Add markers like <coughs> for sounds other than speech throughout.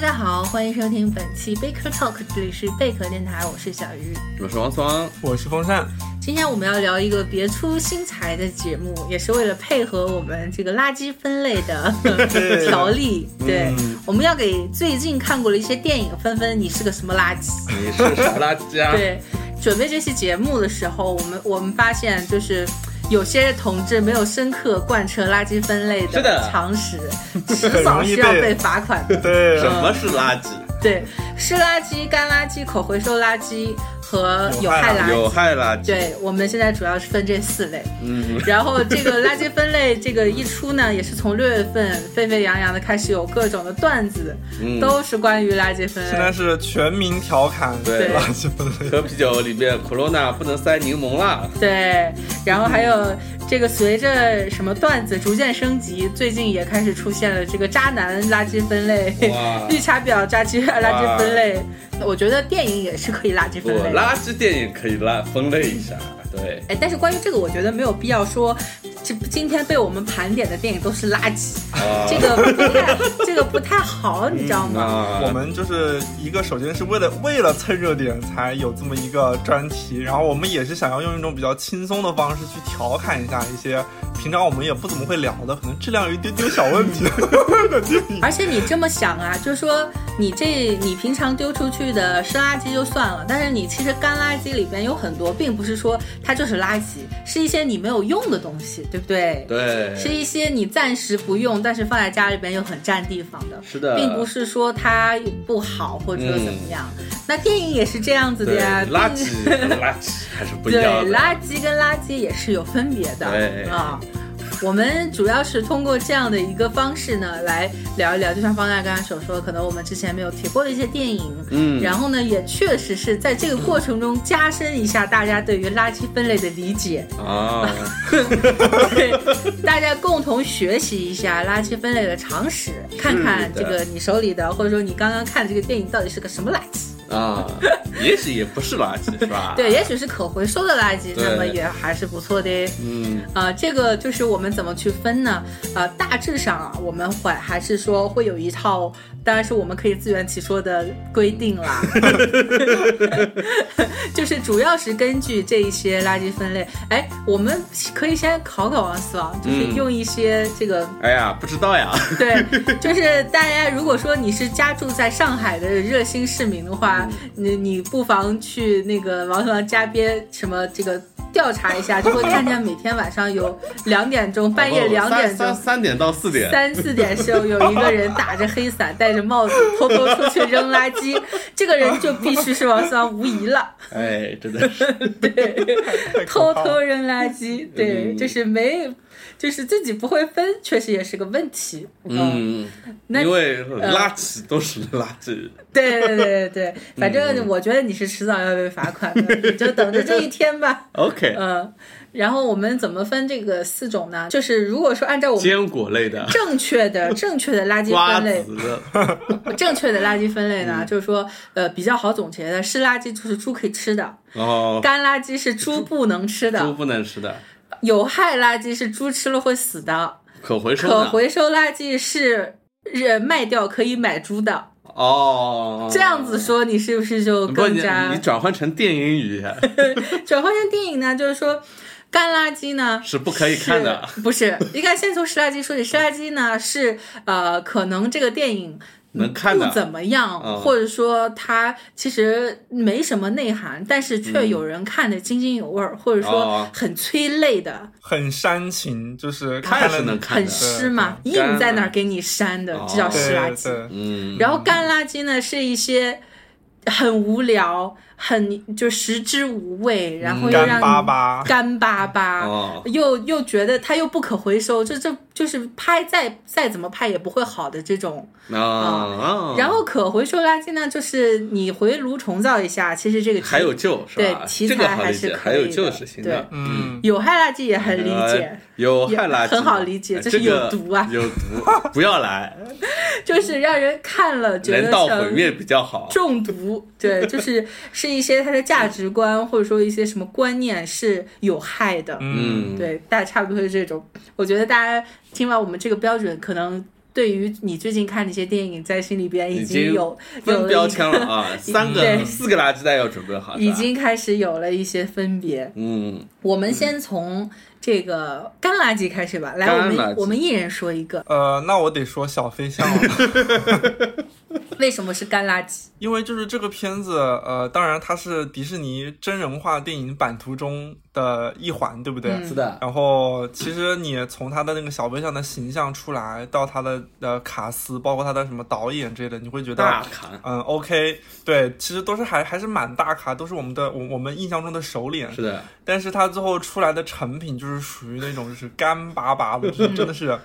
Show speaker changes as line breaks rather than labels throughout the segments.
家好，欢迎收听本期 Baker Talk，这里是贝壳电台，我是小鱼。
我是王双，
我是风扇，
今天我们要聊一个别出心裁的节目，也是为了配合我们这个垃圾分类的条例。
嗯
对，我们要给最近看过的一些电影纷纷你是个什么垃圾。
你是啥垃
<laughs>
圾啊？
对，准备这期节目的时候，我们我们发现就是有些同志没有深刻贯彻垃圾分类
是的
常识，迟早是要被罚款的。
对
什么是垃圾？
对，湿垃圾、干垃圾、可回收垃圾和有
有害
害垃圾。
有害垃圾。
对，我们现在主要是分这四类。
嗯，
<laughs> 然后这个垃圾分类这个一出呢，也是从六月份沸沸扬扬的开始有各种的段子，
嗯
都是关于垃圾分
现在
类。
是全民调侃
对
垃圾分类，
喝啤酒里面 Corona 不能塞柠檬啦。
对，然后还有这个随着什么段子逐渐升级，最近也开始出现了这个渣男垃圾分类、
哇
绿茶婊渣圾垃圾分类。我觉得电影也是可以垃圾
不，
分类的。
垃圾电影可以拉分类一下。对，
哎，但是关于这个，我觉得没有必要说，这今天被我们盘点的电影都是垃圾，
啊
<laughs> 这个不太，这个不太好，你知道吗？
啊，
<laughs> 我们就是一个，首先是为了为了蹭热点才有这么一个专题，然后我们也是想要用一种比较轻松的方式去调侃一下一些平常我们也不怎么会聊的，可能质量有一丢丢小问题的电
嗯
影。
而且你这么想啊，就是说你这你平常丢出去的湿垃圾就算了，但是你其实干垃圾里边有很多，并不是说它就是垃圾，是一些你没有用的东西，对不对？
对，
是一些你暂时不用，但是放在家里边又很占地方的，
是的嗯
并不是说它不好或者说怎么样。那电影也是这样子的
对
呀，
垃
电
圾
影
和垃圾还是不一
对，
样的。
垃圾跟垃圾也是有分别
对
的啊。我们主要是通过这样的一个方式呢，来聊一聊，就像方大刚才所说，可能我们之前没有提过的一些电影，
嗯
然后呢，也确实是在这个过程中加深一下大家对于垃圾分类的理解，
<laughs> 啊，
对，大家共同学习一下垃圾分类的常识，看看这个你手里的，或者说你刚刚看这个电影到底是个什么垃圾。
啊，也许也不是垃圾，是
<laughs>
吧？
对，，也许是可回收的垃圾，
啊对
那么也还是不错的。
嗯，
啊，这个就是我们怎么去分呢？啊，大致上啊，我们会还是说会有一套，当然是我们可以自圆其说的规定啦。 <laughs> 就是主要是根据这一些垃圾分类。哎，我们可以先考考王思王，就是
嗯
用一些这个、
哎呀，不知道呀，
<laughs> 对，就是大家如果说你是家住在上海的热心市民的话，
嗯
你你不妨去那个王小王家边什么这个调查一下，就会看见每天晚上有两点钟，半夜
哦
两
三
点
三
钟。
三点到四点，
三四点时候，有一个人打着黑伞，戴着帽子，偷偷出去扔垃圾，这个人就必须是王思王无疑了。
哎，真
<laughs>
的是，
太可
偷
怕了
偷扔垃
嗯
圾，对，就是没，就是自己不会分，确实也是个问题。
嗯，
那呃
因为垃圾都是垃
<laughs>
圾，
对对对对对，反正我觉得你是迟早要被罚款的，你就等着这一天
<laughs>
吧。
OK，
嗯，然后我们怎么分这个四种呢？就是如果说按照我们
坚果类的、
正确
<laughs>
的正确的垃圾
瓜
分类，
子嗯的，
正确的垃圾分类呢，就是说呃比较好总结的，湿垃圾就是猪可以吃的，
<laughs> 哦，
干垃圾是猪不能吃
猪
的，
不能吃的，
有害垃圾是猪吃了会死的，
可回收的，
可回收垃圾是。呃，卖掉可以买猪的，
哦，
这样子说你是不是就
不过
更
你
加
你转换成电影语
<laughs> 转换成电影呢，就是说，干垃圾呢
是不可以看的，
是不是？应该先从湿垃圾说起。湿垃圾呢是呃，可能这个电影。
能看
不
的，
怎么样，
嗯
或者说它其实没什么内涵，但是却有人看得津津有味儿，或者说
嗯哦
很催泪的，
很煽情，就是
看
了
是能看
很
的，
湿嘛，
对
硬在那儿给你扇的，
哦
这叫湿垃
对
圾。
对，
嗯，
然后干垃圾呢是一些很无聊、很就食之无味，然后又让
干
你
巴巴，
干巴巴，
哦
又又觉得它又不可回收，这这就是拍再再怎么拍也不会好的这种。
啊，
然后可回收垃圾呢，就是你回炉重造一下，其实这个题
还有救是吧？
对题材
这个好
还
理
是
解，
可
还有
以
救
的
是行
对
的，
嗯。
有害垃圾也很理解
呃，有
也
害垃圾
很好理解
哎
这
这
是有
个
毒啊
有毒，不要来，
就是让人看了 <laughs> 觉
人
得
道毁
像
灭比较好。
中毒。对， <laughs> 就是是一些它的价值观或者说一些什么观念是有害的。
嗯
嗯，
对，大家差不多是这种。我觉得大家听完我们这个标准，可能对于你最近看的一些电影，在心里边
已
经有有
分
了
标
一
签了啊， <laughs> 三
对
个、四个垃圾袋要准备好，
已，经开始有了一些分别。
嗯，
我们先从这个干垃圾开始吧，来，
干
我
垃
们
圾
我们一人说一个，
呃，那我得说小飞象了。
为什么是干垃圾？
因为就是这个片子，呃，当然它是迪士尼真人化电影版图中的一环，对不对？
嗯
是的，
然后，其实你从他的那个小飞象的形象出来，到他的呃卡斯，包括他的什么导演之类的，你会觉得
大砍，
嗯，OK，对，其实都是还还是蛮大咖，都是我们的我我们印象中的熟脸，
是的，
但是它最后出来的成品就是属于那种就是干巴巴的，就是真的是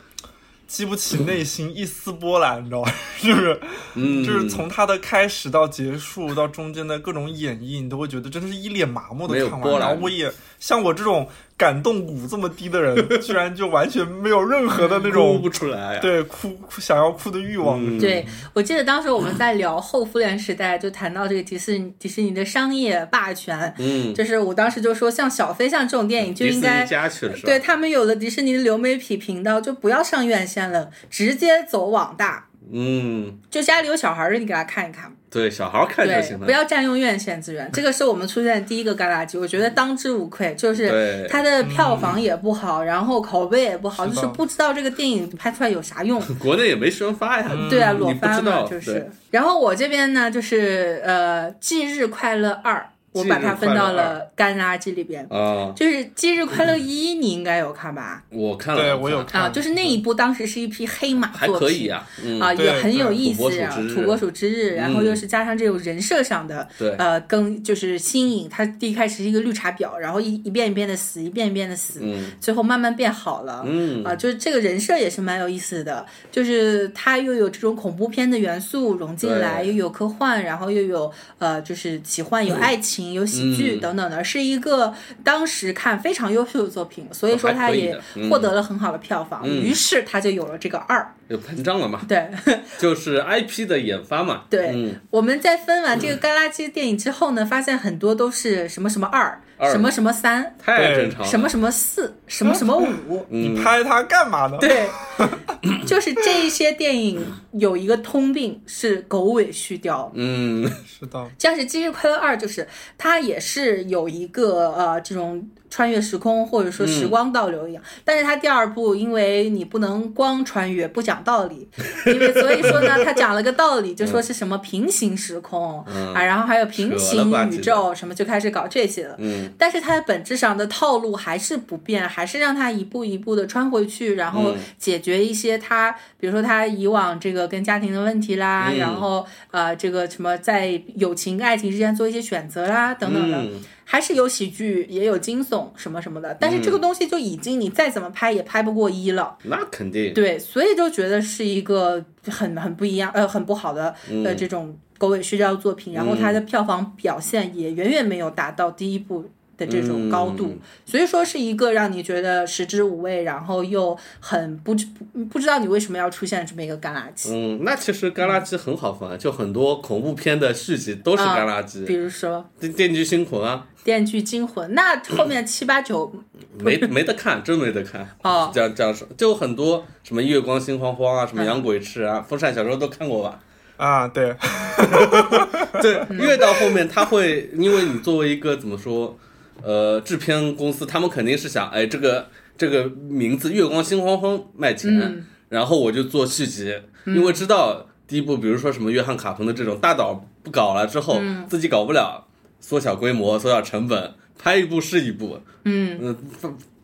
激不起内心一丝波澜，你知道吗？ <laughs> 就是
嗯，
就是从它的开始到结束到中间的各种演绎，你都会觉得真的是一脸麻木的
没有
看
波
完。
澜
然后我也像我这种感动谷这么低的人，居然就完全没有任何的那
哭
种
不出来啊，
对哭哭想要哭的欲望。
嗯
对我记得当时我们在聊后复联时代，就谈到这个迪士尼迪士尼的商业霸权，
嗯，
就是我当时就说，像小飞象这种电影就
迪士
应该
尼家去了是吧？
对他们有了迪士尼的流媒体频道，就不要上院线了，直接走网大。
嗯，
就家里有小孩儿的，你给他看一看，
对，小孩看就
对
行，了，
不要占用院线资源，这个是我们出现的第一个干垃圾，我觉得当之无愧，就是
嗯对，
它的票房也不好，然后口碑也不好，
嗯是
就
的
是不知道这个电影拍出来有啥用，
国内也没宣发呀，
对啊，
嗯你
裸
不知
翻嘛
道
就
对
是。然后我这边呢，就是呃，《忌日快乐二》，我把它分到
忌日快乐
了干垃圾里边，
啊，
就是《忌日快乐一》，你应该有看吧？
我看了，
对我有看
啊，就是那一部当时是一匹黑马
还
作
可
品
以啊，嗯，
啊，
对
也很有意思啊
土拨鼠之，嗯日
土拨鼠之日，然后又是加上这种人设上的，
对
呃，更就是新颖。它第一开始是一个绿茶婊，然后一一遍一遍的死，一遍一遍的死，
嗯
最后慢慢变好了。
嗯
啊，就是这个人设也是蛮有意思的，就是它又有这种恐怖片的元素融进来，又
对
有科幻，然后又有呃，就是奇幻，有爱情，有喜剧
嗯
等等的，是一个当时看非常优秀的作品，所以说
还
它
可以
也
的嗯
获得了很好的票房，
嗯
于是它就有了这个二。
有膨胀了嘛，
对，
就是 IP 的研发嘛，
对
嗯，
我们在分完这个干垃圾电影之后呢，发现很多都是什么什么二、
二
什么什么三、
太正常了，
什么什么四、什么什么五，
嗯
你拍它干嘛呢？
<laughs> 对，就是这一些电影有一个通病是狗尾续貂。
嗯，
是的，
像是《今日快乐二》，就是它也是有一个呃这种穿越时空或者说时
嗯
光倒流一样，但是它第二部因为你不能光穿越，不讲道理，因为所以说呢，它讲了个道理，就说是什么平行时空、
嗯
啊，然后还有平
扯了吧
行宇
唧的
宙什么，就开始搞这些了。
嗯
但是它的本质上的套路还是不变，还是让它一步一步的穿回去，然后
嗯
解决一些它，比如说它以往这个跟家庭的问题啦，
嗯
然后呃这个什么在友情、爱情之间做一些选择啦等等的，
嗯
还是有喜剧，也有惊悚什么什么的。但是这
嗯
个东西就已经你再怎么拍也拍不过一了，
那肯定，
对，所以就觉得是一个很很不一样，呃，很不好的
嗯
呃这种狗尾续貂作品。然后它的票房表现也远远没有达到第一部的这种高度，
嗯
所以说是一个让你觉得食之无味，然后又很不知嗯不不知道你为什么要出现这么一个干垃圾。
嗯，那其实干垃圾很好分，啊就很多恐怖片的续集都是干垃
啊比
圾，
如说
电电锯惊魂啊，
《电锯惊魂》，那后面七八九
没没得看，真没得看。
<laughs> 哦，嗯
这样这样说，就很多什么月光心慌慌啊，什么养鬼翅啊，风扇小时候都看过吧？
啊，对，
<laughs> 对，越到后面他会，因为你作为一个怎么说，呃，制片公司，他们肯定是想，哎，这个这个名字《月光心慌慌》卖钱，
嗯
然后我就做续集，因为知道第一部，比如说什么约翰卡彭的这种大导不搞了之后，自己搞不了，缩小规模，缩小成本，拍一部是一部，
嗯
嗯、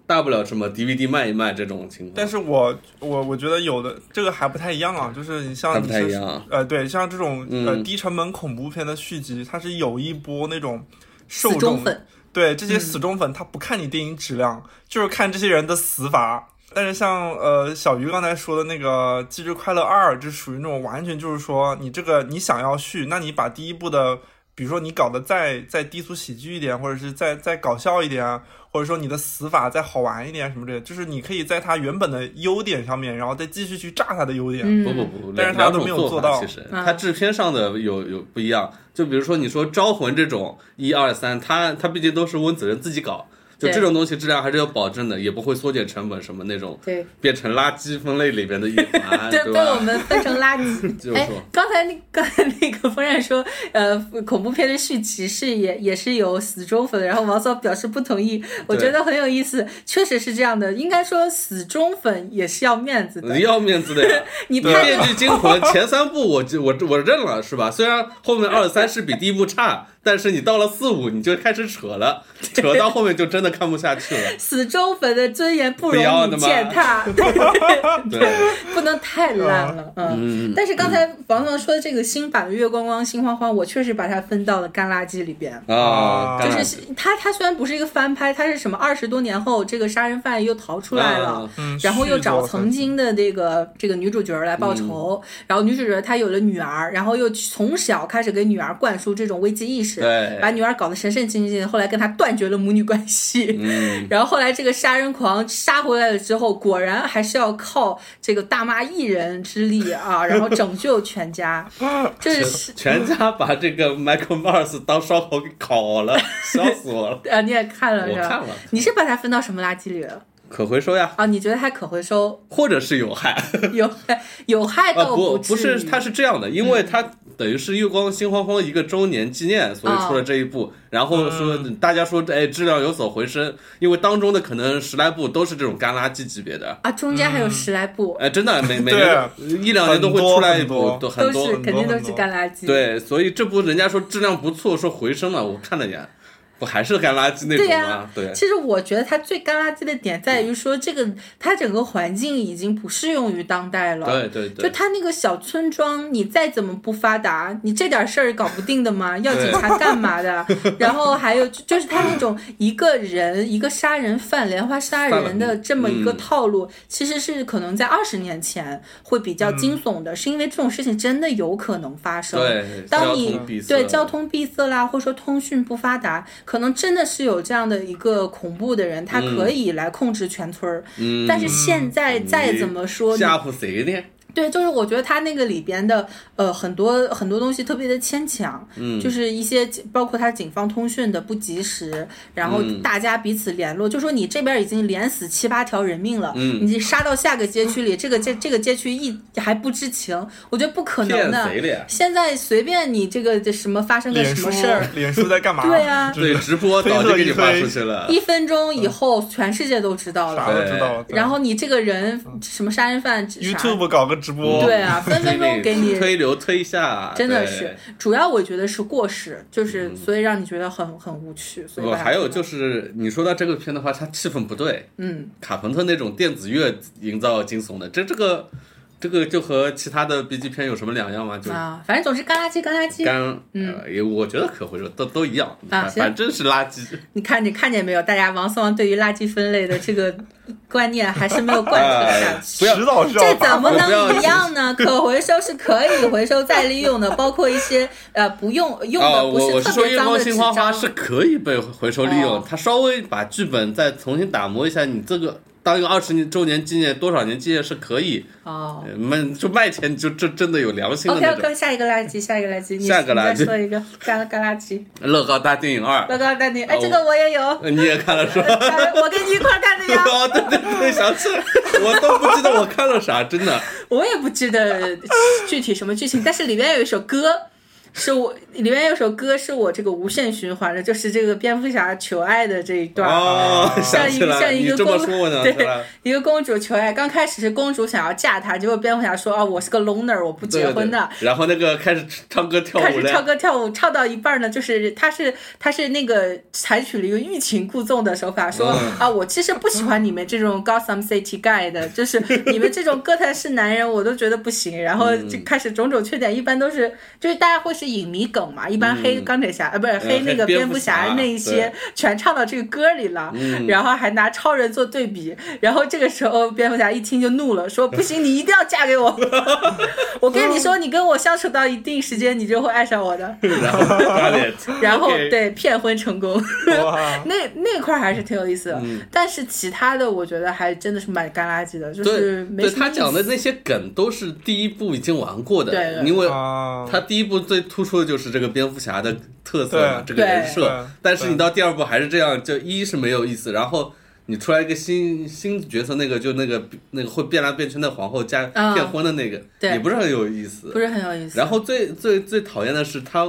大不了什么 DVD 卖一卖这种情况
但，是我我我觉得有的这个还不太一样啊，就是你像
还
你
不太
是
一样啊。
呃，对，像这种
嗯
呃低成本恐怖片的续集，它是有一波那种受
死忠
众，
粉，
对这
嗯
些死忠粉，他不看你电影质量，就是看这些人的死法。但是像呃小鱼刚才说的那个《忌日快乐二》，这属于那种完全就是说你这个你想要续，那你把第一部的，比如说你搞得再再低俗喜剧一点，或者是再再搞笑一点，啊或者说你的死法再好玩一点啊什么之类的，就是你可以在它原本的优点上面，然后再继续去炸它的优点。
嗯，
不不不，
但是
两
他
两
都没有
种
做
法
到
其实
嗯
它制片上的有有不一样，就比如说你说《招魂》这种一二三，它它毕竟都是温子仁自己搞，就这种东西质量还是有保证的，也不会缩减成本什么那种，
对，
变成垃圾分类里边的一环，
<laughs> 对，
对
被我
吧？
们分成
<laughs>
垃圾。
就是
哎
说，
刚才那 <laughs> 刚才那个风扇说，呃，恐怖片的续集是也也是有死忠粉，然后王嫂表示不同意，我觉得很有意思，确实是这样的。应该说死忠粉也是要面子的
你，要面子的呀。 <laughs>
你
对，
拍
面具惊魂前三部我就我我认了是吧？虽然后面二三是比第一部差，但是你到了四五你就开始扯了，扯到后面就真的看不下去了。
死忠粉的尊严不
不要
容
的
你
吗
践踏，嗯
对，
<laughs> 不能太烂
<laughs>
了，嗯。
嗯，
但是刚才王总说的这个新版的《月光光心慌慌》，我确实把它分到了干垃圾里边。
啊，
就
当然
是它，它虽然不是一个翻拍，它是什么？二十多年后，这个杀人犯又逃出来了，
啊
嗯，
<laughs> 然后又
续作
找曾经的这个这个女主角儿来报
嗯
仇，然后女主角儿她有了女儿，然后又从小开始给女儿灌输这种危机意识，
对，
把女儿搞得神神经经的，后来跟她断绝了母女关系。
嗯，
<laughs> 然后后来这个杀人狂杀回来了之后，果然还是要靠这个大妈一人之力啊，然后拯救全家。这是
<laughs> 全家把这个 Michael Mars 当烧烤给
<laughs>
烤了，笑死我了。
呃，你也看了
我
是吧？
看了，
你是把它分到什么垃圾里了？
可回收呀，
啊，你觉得它可回
<laughs>
收？
或者是有害。
有害有害
啊，
倒
不，
至
不
于。嗯
是，它是这样的，因为它等于是《月光心慌慌》一个周年纪念，所以出
哦
了这一部。然后说
嗯
大家说，哎，质量有所回升，因为当中的可能十来部都是这种干垃圾级别的。
啊，中间还有十来部。
哎，真的，每每
对啊
年一两年都会出来一
很
部
多，
都很
都
多
是
很
肯
多
定都
很
是
多
干垃圾。
对，所以这部人家说质量不错，说回升了，我看了一眼，不还是干垃圾那
对
种
呀、
吗？对，嗯
其实我觉得它最干垃圾的点在于说，这个它整个环境已经不适用于当代了。
对对对
就，它那个小村庄，你再怎么不发达，你这点事儿搞不定的
<laughs>
吗？要警察干嘛的？然后还有就就是他那种一个人一个杀人犯连环杀人的这么一
嗯
个套路，其实是可能在二十年前会比较惊悚的，是因为这种事情真的有可能发生。
嗯对，
当
交
你
通闭塞
对交通闭塞啦，或者说通讯不发达，可能真的是有这样的一个恐怖的人，他可以来控制全村儿。
嗯
但是现在再怎么说，你
吓唬谁呢？
对，就是我觉得他那个里边的呃很多很多东西特别的牵强，
嗯
就是一些包括他警方通讯的不及时，然后
嗯
大家彼此联络，就说你这边已经连死七八条人命了，
嗯
你杀到下个街区里，这个这这个街区一还不知情，我觉得不可能
骗
的。
谁了？
现在随便你这个这什么发生个
脸
什
书
么事儿，，
脸书在干嘛？
对啊
就是
对，直播早就给你发出去了。
一分钟以后全世界都知道
嗯
啥
了。
都知道了。对
然后你这个人什么杀人犯啥
YouTube 搞个直播，
对
<laughs>
啊，分分钟给你
推流推下，
真的
啊对嗯
是。，主要我觉得是过时，就是所以让你觉得很很无趣。所以
我
把它
还有就是，你说到这个片的话，它气氛不对，
嗯，
卡朋特那种电子乐营造惊悚的，这这个这个就和其他的 B G 片有什么两样吗？就
啊，反正总是干垃圾干垃圾。
干，呃，也我觉得可回收都都一样，
啊
反
行
反正是
<laughs>
垃圾。
你看你看见没有？大家王思王对于垃圾分类的这个观念还是没有贯彻下
<laughs> 哎
去。
不要
迟早是要
这
打
怎么
我不要
能一样呢？可回收是可以回收再利用的，包括一些呃不用用
啊，
的不
我我
特
说《
别
月
脏
光
的纸
心花花》
张。
是可以被回收利用
哦，
它稍微把剧本再重新打磨一下，你这个当一个二十周年纪念多少年纪念是可以，
哦。
呃卖就卖钱你就这真的有良心的
OK
那种
OK，。下一个垃圾，下一个垃圾，你
下一个垃圾
你再说一个干干垃
<laughs>
圾，
乐高大电影二
乐，高大你，哎，
哦
这个我也
<laughs>
有，
呃你也看了是吧？
哎我跟你一块儿干的呀。
<laughs> 哦，对对对，想起来，我都不记得我看了啥，真的。
我也不记得具体什么剧情，但是里面有一首歌，是我里面有首歌是我这个无限循环的，就是这个蝙蝠侠求爱的这一段。
哦，想
像一
起
个
来，
像一
你
个
这么
公
说，我想
对
起来。
一个公主求爱，刚开始是公主想要嫁他，结果蝙蝠侠说：“哦，我是个 loner，我不
对
结
对
婚的。
对然后那个开始唱歌跳
开
舞
始唱
了，
歌跳舞，唱到一半呢，就是他是他是那个采取了一个欲擒故纵的手法，说、
嗯
啊，我其实不喜欢你们这种 Gotham City guy 的，就是你们这种哥谭市男人，我都觉得不行。然后
嗯
就开始种种缺点，一般都是就是大家会是影迷梗嘛，一般
嗯
黑钢铁侠、呃不是黑那个
黑
蝙
蝙蝠
侠
侠
那一些
对嗯
全唱到这个歌里了， <laughs> 然后还拿超人做对比，然后这个时候蝙蝠侠一听就怒了，说不行，你一定要嫁
<laughs>
给我。 <laughs> 我跟你说，你跟我相处到一定时间，你就会爱上我
<laughs>
的。
然后大脸，
<laughs> 然后
OK
对骗婚成功， <laughs>
哇，
那那块儿还是挺有意思的。
嗯
但是其他的，我觉得还真的是蛮干垃圾的，就
对
是没
对，
什么
他
意
讲的
思
那些梗都是第一部已经玩过的，
对对
因为
啊，
他第一部最突出的就是这个蝙蝠侠的特色嘛，这
对
个人
对
设。但是你到第二部还是这样，就一是没有意思，然后你出来一个新新角色，那个就那个那个会变来变去的皇后加
嗯
骗婚的那个，
对
也不是很有意思
不。是很有意思。
然后最最最讨厌的是它，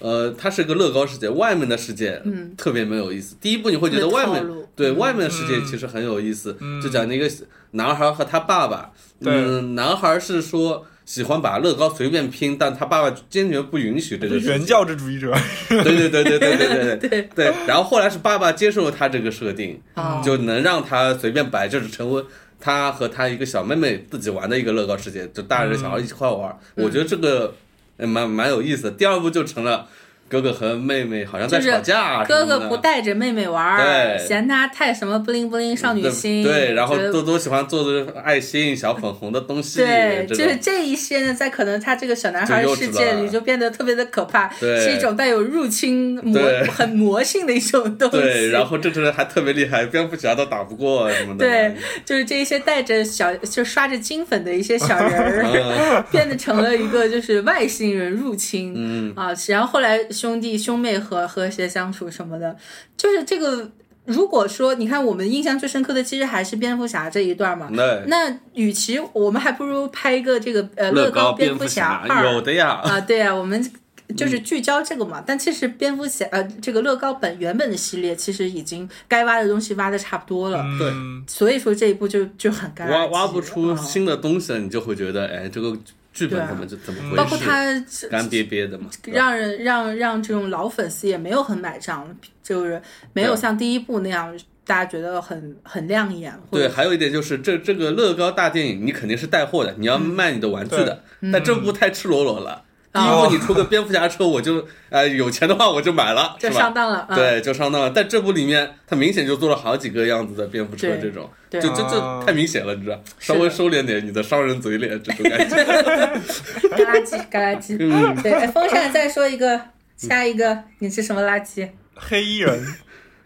呃，它是个乐高世界，外面的世界，
嗯，
特别没有意思。第一部你会觉得
特别
外
套
面
路
对
嗯
外面的世界其实很有意思，
嗯
就讲那个男孩和他爸爸，
对
嗯，男孩是说喜欢把乐高随便拼，但他爸爸坚决不允许这个
原教旨主义者，
对对对对对对对
<laughs> 对
对。然后后来是爸爸接受了他这个设定，
啊，
嗯就能让他随便摆，就是成为他和他一个小妹妹自己玩的一个乐高世界，就大人小孩一块玩。
嗯
我觉得这个呃蛮蛮有意思的。第二部就成了哥哥和妹妹好像在
就是
吵架啊什
哥
么的，
哥不带着妹妹玩儿，
对
嫌她太什么不灵不灵少女
对
心，
对，然后
觉得
多多喜欢做做爱心、小粉红的东西，
对，
这
就是
种
这一些呢，在可能他这个小男孩
就幼稚
世界里
了
就变得特别的可怕，
对
是一种带有入侵魔
对
很魔性的一种东西。
对，然后这只人还特别厉害，蝙蝠侠都打不过什么的。
对，就是这些带着小就刷着金粉的一些小人
<laughs>
儿，
嗯。
<laughs> 变得成了一个就是外星人入侵。
嗯
啊，然后后来兄弟兄妹和和谐相处什么的，就是这个。如果说你看我们印象最深刻的，其实还是蝙蝠侠这一段嘛。 <laughs>
对
那与其我们还不如拍一个这个呃
乐
高
高
蝙
蝙
蝠
蝠
侠
侠
二
有的呀，
啊，对啊，我们
嗯
就是聚焦这个嘛。但其实蝙蝠侠呃，这个乐高本原本的系列其实已经该挖的东西挖的差不多了，
嗯
对
所以说这一部就就很干
挖挖不出
心，
新的东西了，你就会觉得，哎，这个剧
对
本
啊
怎么就怎么
包
回
括
事？
他这
干瘪瘪的嘛。对吧
让人让让这种老粉丝也没有很买账，就是没有
对
像第一部那样大家觉得很很亮眼，或
对，
者
还有一点就是这这个乐高大电影，你肯定是带货的，你要
嗯
卖你的玩具的。但这部太赤裸裸了，第一
哦
部你出个蝙蝠侠车，我就呃有钱的话我就买了，
就是上
吧？
当了。嗯、
对，就上当了。但这部里面，它明显就做了好几个样子的蝙蝠车
对
这种，
对哦
就就就
啊
太明显了，你知道？
是
稍
的
微收敛点你的商人嘴脸这种感觉。
嘎啦叽嘎啦
<laughs>
叽。
嗯
对，哎风扇再说一个，下一个你是什么垃圾？
黑衣人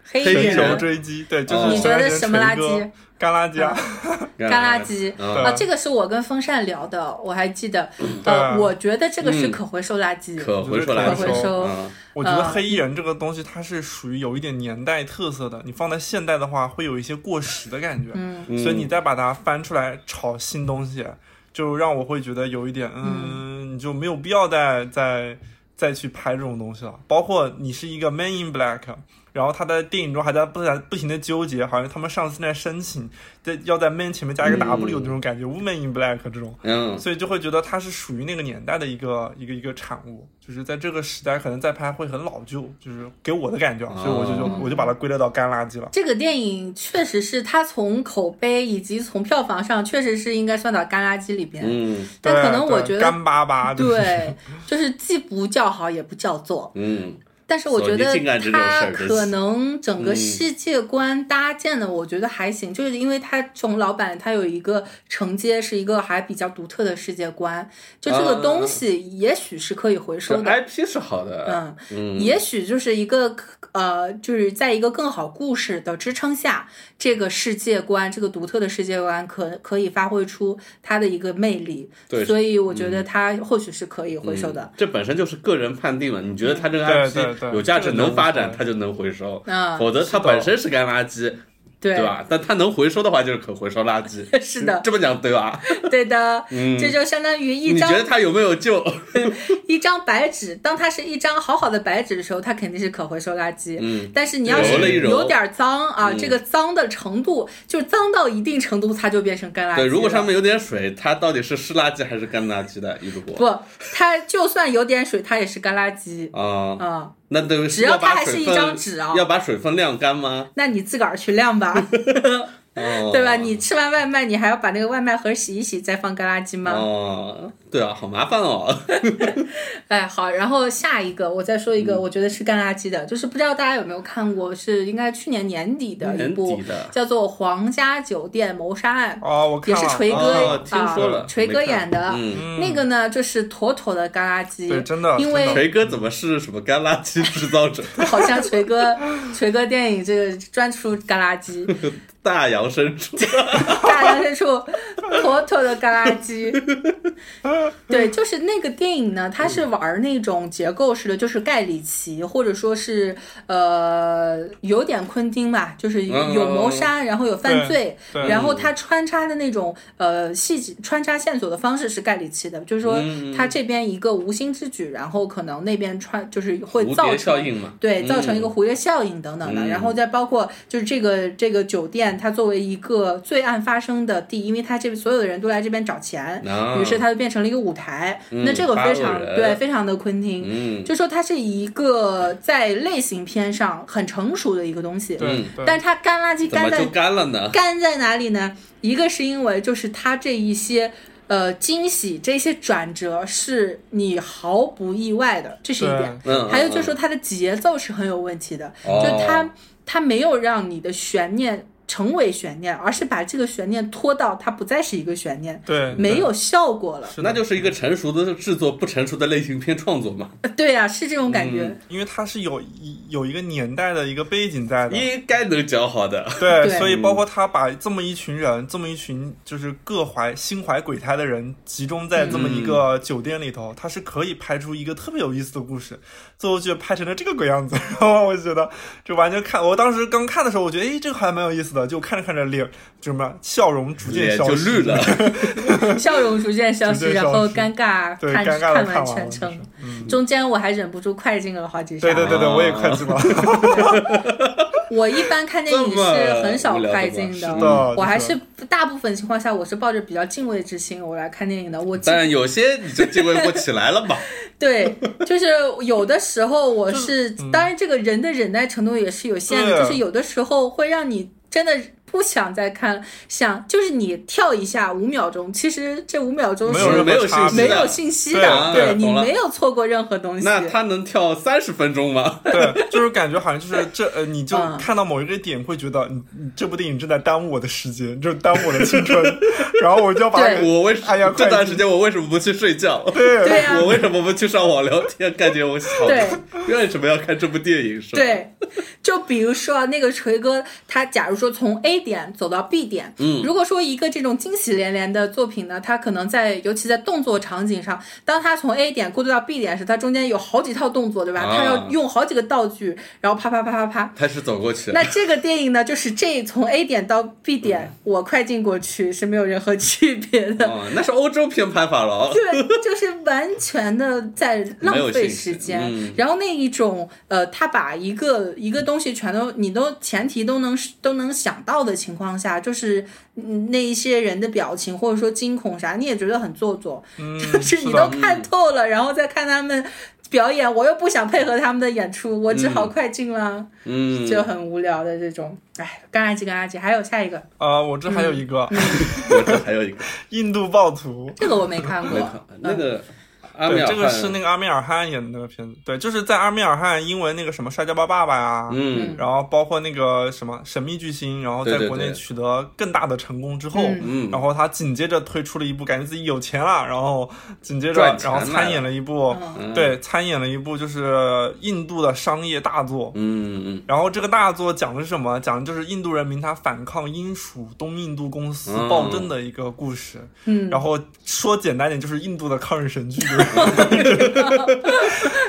<laughs> 黑
黑
衣
衣
全球
人
人。
追击，对，就
哦
是
你觉得什么垃
全球
圾？
干垃圾啊，
<laughs> 干垃圾
嗯啊
啊，这个是我跟风扇聊的，我还记得。
对
呃，我觉得这个是可回收垃圾，
嗯可回收来
可
了，
回收。
嗯
我觉得黑衣
嗯
人这个东西，它是属于有一点年代特色的。你放在现代的话，会有一些过时的感觉。
嗯
所以你再把它翻出来炒新东西，就让我会觉得有一点，嗯，你就没有必要再再再去拍这种东西了。包括你是一个 Man in Black，然后他在电影中还在不在不停的纠结，好像他们上司在申请，在要在 Man 前面加一个 W
嗯
那种感觉、w o m a n in Black 这种。
嗯，
所以就会觉得它是属于那个年代的一个一个一个产物，就是在这个时代可能再拍会很老旧，就是给我的感觉啊，所以我
哦
就就我就把它归类到干垃圾了。
这个电影确实是它从口碑以及从票房上，确实是应该算到干垃圾里边。
嗯
但
对
可能我
对
觉得，
干巴巴，就是
对，就是既不叫好也不叫座。
嗯，
但是我觉得
索尼净干这种事
它
儿真是
可能整个世界观搭建的，我觉得还
嗯
行，就是因为它从老板他有一个承接，是一个还比较独特的世界观，就这个
啊
东西也许是可以回
这
收的，
IP 是好的，
嗯，
嗯，
也许就是一个呃，就是在一个更好故事的支撑下，这个世界观，这个独特的世界观可可以发挥出它的一个魅力。
对嗯
所以我觉得它或许是可以回收的。
这本身就是个人判定了，你觉得他这个
嗯对对对
IP 有价值能发展，他就能回收，否则它本身是干垃圾，
嗯对
对吧？但它能回收的话，就是可回收垃圾。
<laughs> 是的，
这么讲对吧？
对的，这就相当于一
嗯你觉
张
得它有没有救？
一张白纸，当它是一张好好的白纸的时候，它肯定是可回收垃圾。
嗯，
但是你要
揉了一
是
揉
有点脏啊，
嗯
这个脏的程度，就是脏到一定程度，它就变成干垃圾了。
对，如果上面有点水，它到底是湿垃圾还是干垃圾的？一如果
不，它就算有点水，它也是干垃圾
啊，
啊、
那等于
只要它
把
还
水
是一
分
张纸啊
要把水分晾干吗？
那你自个儿去晾吧，
哦
对吧？你吃完外卖，你还要把那个外卖盒洗一洗，再放干垃圾吗？
哦，对啊，好麻烦哦。
哎，好，然后下一个我再说一
嗯
个，我觉得是干垃圾的，就是不知道大家有没有看过，是应该去年年底的一
年
部
底的
叫做《皇家酒店谋杀案》，
哦，我
也
看
是锤
了，
哥
哦
啊、
听说了
锤哥
没看
演的。
嗯，
嗯
那个呢，就是妥妥的干垃圾，
对真的
因 <laughs> 为
真
锤哥怎么是什么干垃圾制造者？
好像锤哥，锤哥电影这个专出干垃圾，
大洋深处， <laughs>
大量深处妥妥的干垃圾。对，就是那个电影呢，它是玩那种结构式的，就是盖里奇或者说是呃有点昆汀吧，就是
嗯
有谋杀，然后有犯罪，
对对
然后它穿插的那种呃细节穿插线索的方式是盖里奇的，就是说
嗯
他这边一个无心之举，然后可能那边穿就是会
蝴
造
蝶
成
效应
<laughs>
嘛，
对，
嗯
造成一个蝴蝶效应等等的，
嗯
然后再包括就是这个这个酒店，它作为一个罪案发生的地，因为它这所有的人都来这边找钱，
啊
于是它就变成了一个舞台。
嗯
那这个非
八
常
个人
对，非常的昆汀，
嗯
就说它是一个在类型片上很成熟的一个东西，
对
嗯，
对
但是它干垃圾
怎么
干在
就干了
<laughs>
呢？
干在哪里呢？一个是因为就是它这一些呃惊喜，这些转折是你毫不意外的，这是一点。
嗯，
还有就是说
嗯
它的节奏是很有问题的，
哦
就它它没有让你的悬念成为悬念，而是把这个悬念拖到它不再是一个悬念，
对，
没有效果了。 <laughs>
是的
那就是一个成熟的制作，不成熟的类型片创作嘛。
呃对啊，是这种感觉。
因为它是有一有一个年代的一个背景在的，
应该能讲好
<laughs>
的。
对，
对
所以包括他把这么一群人，这么一群就是各怀心怀鬼胎的人集中在这么
嗯
一个酒店里头，他是可以拍出一个特别有意思的故事，最后却拍成了这个鬼样子， <laughs> 然后我觉得就完全看，我当时刚看的时候，我觉得诶，这个还蛮有意思的，就看着看着脸就什么笑容逐渐
脸
消
就
失
绿
<laughs>
了，
<laughs> 笑容逐渐消失，
嗯逐渐消失
然后尴尬
对，
看
尴尬的
完
完
全
了，就是嗯
程，中间我还忍不住快进了好几下。
对对对对，
啊
我也快进了，
我一般看电影
这么
是很少
无聊的
快
吗
进
是
的
我还
是
是大部分情况下我是抱着比较敬畏之心我来看电影的。我基
但有些你就敬畏不起来了嘛。
对，就是有的时候我是，
嗯
当然这个人的忍耐程度也是有限
对啊
的，就是有的时候会让你真的不想再看，想就是你跳一下五秒钟，其实这五秒钟
<laughs> 没
是
有任何
没有
差
信
别
没
息的
有信息的，
对啊
对
对
你
懂了
没有错过任何东西。
那他能跳三十分钟吗？
<laughs>
对， <laughs> 就是感觉好像就是这呃，你就
嗯
看到某一个点，会觉得你你这部电影正在耽误我的时间，就是耽误我的
<laughs>
青春，然后我就要把
对
我为
哎呀
这
快
段
进
时间我为什么不去睡觉？
<laughs> 对
对啊
我为什么不去上网聊天？感觉我好
对
<laughs> 为什么要看这部电影？是吧？，
对，就比如说啊那个锤哥，他假如说从 A 点走到 B 点，
嗯
如果说一个这种惊喜连连的作品呢，它可能在尤其在动作场景上，当他从 A 点过渡到 B 点时，它中间有好几套动作，对吧？
啊
他要用好几个道具，然后啪啪啪啪啪。
他是走过去，
那这个电影呢，就是这从 A 点到 B 点，我快进过去是没有任何区别的。
嗯哦，那是欧洲片拍法了哦。
<laughs> 对，就是完全的在
没
浪
有
费
兴趣
时间。
嗯
然后那一种呃，他把一个一个东西全都你都前提都能都能想到的情况下，就是嗯那一些人的表情或者说惊恐啥，你也觉得很做作，
嗯，
<laughs> 就是你都看透了，然后再看他们。表演我又不想配合他们的演出，我只好快进了，
嗯，
就很无聊的这种。哎，干垃圾干垃圾，还有下一个，
啊、我这还有一个、
嗯
我这还有
<laughs>
一个
<laughs> 印度暴徒，
这个我没看过
<laughs> 没，看那个阿米
对，
尔
这
汗
个是那个阿米尔汗演的那个片子，对，就是在阿米尔汗因为那个什么《摔跤吧爸爸》呀，
嗯
然后包括那个什么《神秘巨星》，然后在
对对
国内
对
取得更大的成功之后。
嗯
嗯，
然后他紧接着推出了一部，感觉自己有钱了，然后紧接着，
赚钱
然后参
了
演了一部，
嗯
嗯，
哦对，参演了一部就是印度的商业大作。
嗯嗯
然后这个大作讲的是什么？讲的就是印度人民他反抗英属东印度公司
嗯
暴政的一个故事。
嗯，
然后说简单点，就是印度的抗日神
<laughs>
剧。真的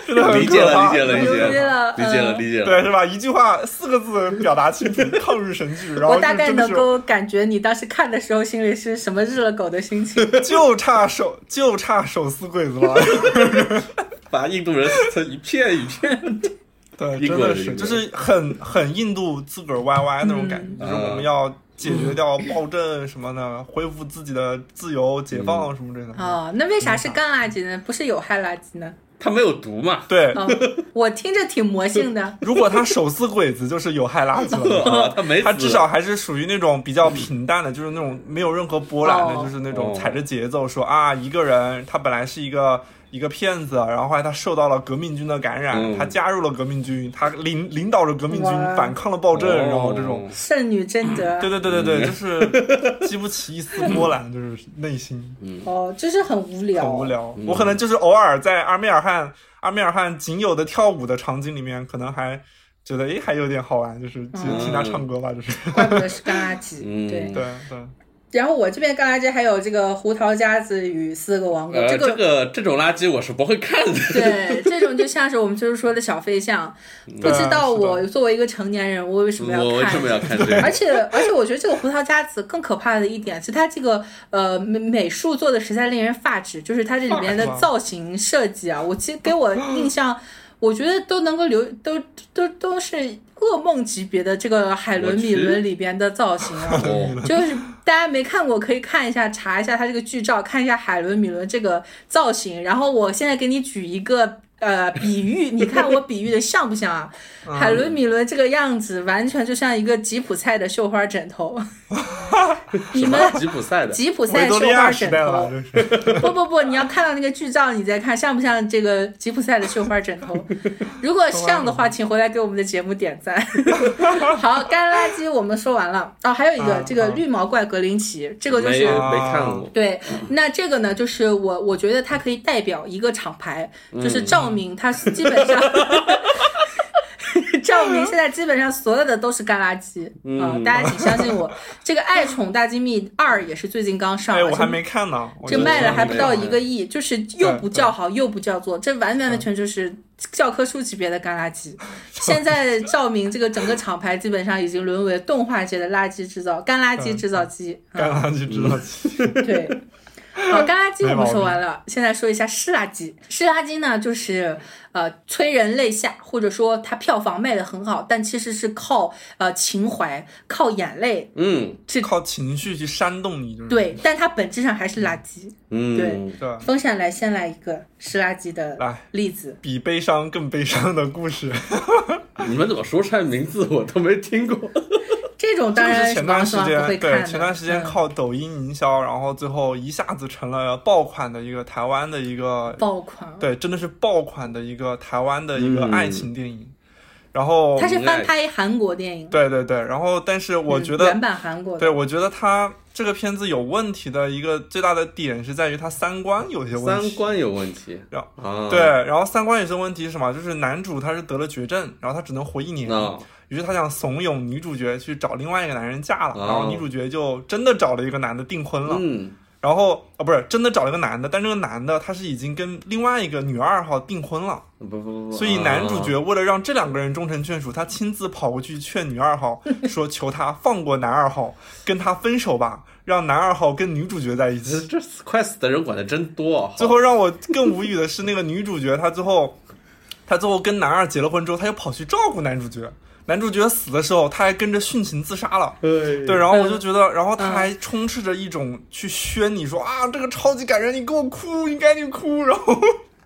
嗯，
很
理解
可
了，
怕
理解了，理
理
解
解
了
了，
理解了，
嗯
理解了。
对，是吧？一句话四个字表达清楚，抗日神剧。然
呃
后
我
就
大概
真的
能
是
够感觉你当时看的时候心里是什么日了狗的心情。
就差手就差手撕鬼子了。
把印度人撕成一片一片。
对，
英
真
国
的
人
是，
英国人
就是很很印度自个儿 YY 那种感觉，
嗯
就是我们要解决掉暴政什么的，恢复自己的自由、解放
嗯
什么之类的。
哦，那为啥是干垃圾呢？不是有害垃圾呢？
他没有毒嘛？
<laughs>
对，
哦，我听着挺魔性的。
如果他手撕鬼子，就是有害垃圾
<laughs>
了。
哦
啊，他没死，
他至少还是属于那种比较平淡的，就是那种没有任何波澜的，
哦
就是那种
哦
踩着节奏说啊，一个人他本来是一个一个骗子，然后后来他受到了革命军的感染，
嗯
他加入了革命军，他领领导着革命军
哇
反抗了暴政，
哦
然后这种。
圣女贞德
<laughs> 嗯对对对对
嗯
对，就是激不起一丝波澜，就是
<laughs>
内心
哦，就是很无聊，
很无聊。
嗯
我可能就是偶尔在阿米尔汗阿米尔汗仅有的跳舞的场景里面，可能还觉得
嗯
诶还有点好玩，就是就听他唱歌吧，就是
怪不得是干垃圾。
嗯
对，
对对。
然后我这边干垃圾还有这个《胡桃夹子与四个王国》
呃，
这个
这个这种垃圾我是不会看
<laughs>
的。
对，这种就像是我们就是说的小费项，不知道我作为一个成年人，我为什么要
我为什么要
看？
看这
<laughs>
个？
而且而且，我觉得这个胡桃夹子更可怕的一点是，它这个呃美美术做的实在令人发指，就是它这里面的
发指吗
造型设计啊，我其实给我印象，我觉得都能够留都都都是噩梦级别的这个海伦
我
米
去
伦里边的造型
<laughs>
啊，
哦，
就是大家没看过可以看一下，查一下他这个剧照，看一下海伦米伦这个造型。然后我现在给你举一个呃比喻，你看我比喻的像不像
<laughs>
啊？海伦米伦这个样子完全就像一个吉普赛的绣花枕
<laughs>
头，你
什
们
么吉普赛的？
吉普
维
赛
多
绣
利亚
花
时
枕
代
头，
了，这
<laughs>
是。
不不不，你要看到那个剧照你再看像不像这个吉普赛的绣花枕头。如果像的话，请回来给我们的节目点赞。 <laughs> 好，干垃圾我们说完了哦，还有一个
啊
这个
好
绿毛怪格林奇，这个就
没
是哦
没看过。
对，那这个呢，就是我我觉得它可以代表一个厂牌，
嗯
就是照明，它是基本
<laughs>
上。照明现在基本上所有的都是干垃圾啊、
嗯
大家请相信我。这个《爱宠大机密二》也是最近刚上，
哎，
而
我
且
还没看呢，我
这
就
卖了还不到
没看
一个亿，就是又不叫好又不叫座，这完完
嗯
全就是教科书级别的干垃
<laughs>
圾。现在照明这个整个厂牌基本上已经沦为动画界的垃圾制造干垃
嗯
圾制造机。
<laughs> 干
啊，
垃圾知道
对。好，干垃圾我
没毛
们
病
说完了，现在说一下湿垃圾。湿垃圾呢，就是呃催人泪下，或者说它票房卖的很好，但其实是靠呃情怀、靠眼泪，
嗯
<laughs> 靠情绪去煽动你，就是
对，但它本质上还是垃圾。
嗯
对，
对，
风扇来先来一个湿垃圾的
来
例子。
比悲伤更悲伤的故事，
你们怎么说出来名字我都没听过？
这种当
就
然
是前段时
是网上不
间
会看
对
的
前段时间
嗯
靠抖音营销，然后最后一下子成了爆款的一个台湾的一个
爆款，
对，真的是爆款的一个台湾的一个
嗯
爱情电影。然后
它是翻拍韩国电影，
对对对，然后但是我
嗯
觉得
原版韩国的
对，我觉得他这个片子有问题的一个最大的点是在于他三观有一些
三
问题。
观有问题
然后
啊？
对，，然后三观有些问题是什么？就是男主他是得了绝症，然后他只能活一年，
那
于是他想怂恿女主角去找另外一个男人嫁了，
哦
然后女主角就真的找了一个男的订婚了，
嗯
然后啊不是真的找了一个男的，但这个男的他是已经跟另外一个女二号订婚了，
不不不不，
所以男主
啊
角为了让这两个人终成眷属，他亲自跑过去劝女二号，说求他放过男二号，跟他分手吧，让男二号跟女主角在一
这
起。
这死快死的人管的真多啊。
最后让我更无语的是，那个女主角她最后，她最后跟男二结了婚之后，她又跑去照顾男主角。男主角死的时候，她还跟着殉情自杀了。
对
对，然后我就觉得，然后他
嗯
还充斥着一种去宣你说啊，这个超级感人，你给我哭，你赶紧哭，然后。 <laughs>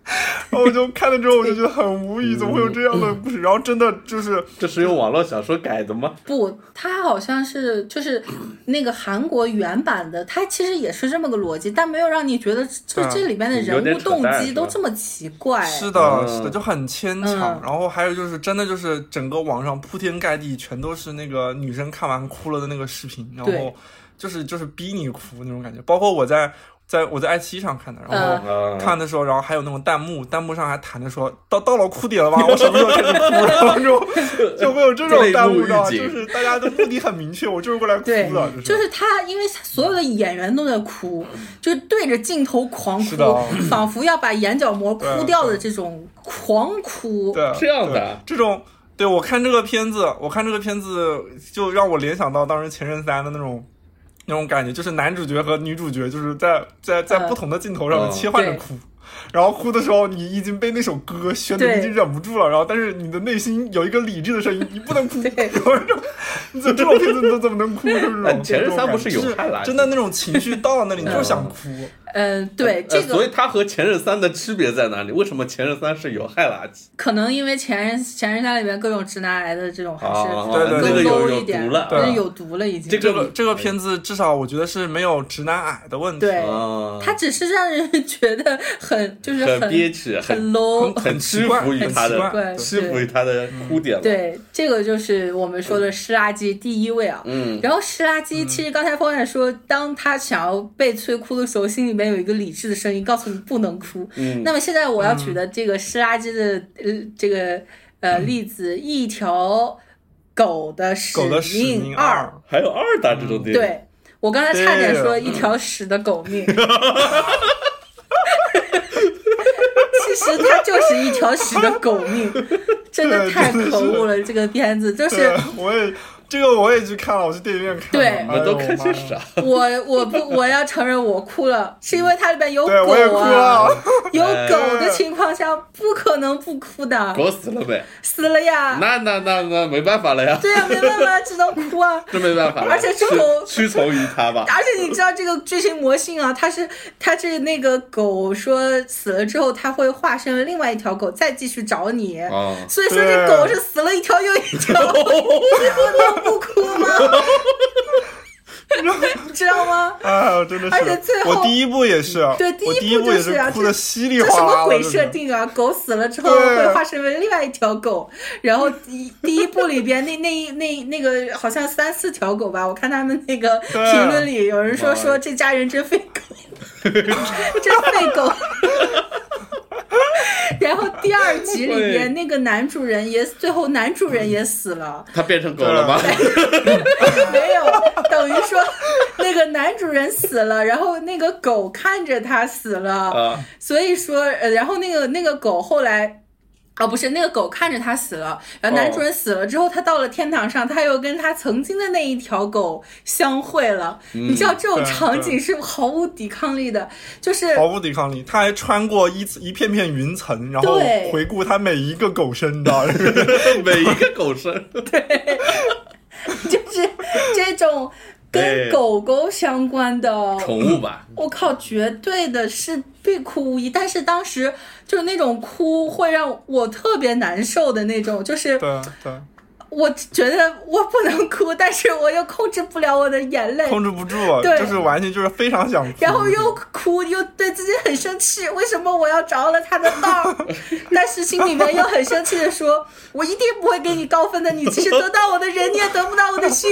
然后我就看了之后，我就觉得很无语，怎么会有这样的故事？然后真的就是，
这是用网络小说改的吗？
不，它好像是就是那个韩国原版的，它其实也是这么个逻辑，但没有让你觉得就
啊
这里边的
有
人
点
物
扯
动
淡
机
是
都
吧
这么奇怪。
是
嗯
的，是的，就很牵强
嗯。
然后还有就是，真的就是整个网上铺天盖地全都是那个女生看完哭了的那个视频，然
对
后就是就是逼你哭那种感觉。包括我在在我在爱奇艺上看的，然后
嗯
啊，
看的时候，然后还有那种弹幕，弹幕上还弹着说到到了哭点了吧，我什么时候开始哭？然后就就会有这种弹幕，知道
<laughs>
吧？
泪目预
就
警
是大家的目的很明确，我就是过来哭
对
的，，
就是是他，因为他所有的演员都在哭，就对着镜头狂哭
是的，
仿佛要把眼角膜哭
对
掉的
对
这种狂哭。
对啊
这样的
对这种。对，我看这个片子，我看这个片子就让我联想到当时《前任三》的那种那种感觉，就是男主角和女主角就是在在在
嗯
不同的镜头上面
嗯
切换着
对
哭，然后哭的时候你已经被那首歌宣的
对
已经忍不住了，然后但是你的内心有一个理智的声音，你不能哭，
对
然后就你怎么这种片子你都怎么能哭？是不
哎
是？
前任三不是有
就是
汉来的
真的那种情绪到了那里，你就是想哭。
嗯，对，这
呃
个
所以它和前任三的区别在哪里？为什么前任三是有害垃圾？
可能因为前任前任三里面各种直男癌的这种还是
啊，
对对
那
更
个
low
有有
一点，
毒了，
但是
对啊
有毒了已经。
这
这个这个
哎
片子至少我觉得是没有直男癌的问题，
对，
啊，
哎他只是让人 <laughs> 觉得很就是
很憋
很
屈，很
很 low。
很
很屈服于他
很奇
怪
的，屈服于他的哭点了。
对，这个就是我们说的湿垃圾第一位啊。
嗯，
然后湿垃圾，其实刚才风也说，当他想要被催哭的时候，心里面有一个理智的声音告诉你不能哭。
嗯嗯
那么现在我要举的这个湿垃圾的呃这个呃例子，一条狗的使
狗的使命
二
二，
还有二打这种电影，
对，我刚才差点说一条屎的狗命。 <laughs> 其实它就是一条屎的狗命，真的太可恶了！这个片子就是， <laughs>
我也这个我也去看了，我去哎电影院看。
对，
我都看些啥？
我我不我要承认我哭了，是因为它里边有狗
啊，
有狗的情况下不可能不哭的。
狗死了呗？
死了呀！
那那那那没办法了呀。
对呀、啊，没办法，只能哭啊。
这没办法。
而且这狗
屈从于他吧。
而且你知道这个剧情魔性啊，它是它是那个狗说死了之后，它会。化身为另外一条狗，再继续找你。
哦、
所以说，这狗是死了一条又一条，你不能不哭吗？知道吗？
<laughs> 哎，真的是。
啊而且最后，
我第一部也是，
对，
第
一部
就是
啊，
哭的稀里
哗 <laughs> 啦。这什么鬼设定啊？狗死了之后会化身为另外一条狗，然后第第一部里边那那那那个好像三四条狗吧，我看他们那个评论里有人说说这家人真废狗， <laughs> 真废狗。然后第二集里边那个男主人也最后男主人也死了，
他变成狗了吗？
<laughs> 没有，等于说那个男主人死了，然后那个狗看着他死了，
啊、
所以说，呃然后那个那个狗后来。哦，不是，那个狗看着他死了，然后男主人死了之后，他到了天堂上，他又跟他曾经的那一条狗相会了。你知道这种场景是毫无抵抗力的，就是
毫无抵抗力。他还穿过一一片片云层，然后回顾他每一个狗生的，
<laughs>
每一个狗生。
对， <laughs> 就是这种跟狗狗相关的
<laughs> 宠物吧。
我靠，绝对的是。必哭无疑，但是当时就是那种哭会让我特别难受的那种，就是
对对，
我觉得我不能哭，但是我又控制不了我的眼泪，
控制不住，啊
对，
就是完全就是非常想哭，
然后又哭又对自己很生气，为什么我要着了他的
<laughs>
道？但是心里面又很生气的说，我一定不会给你高分的，你即使得到我的人，你也得不到我的心。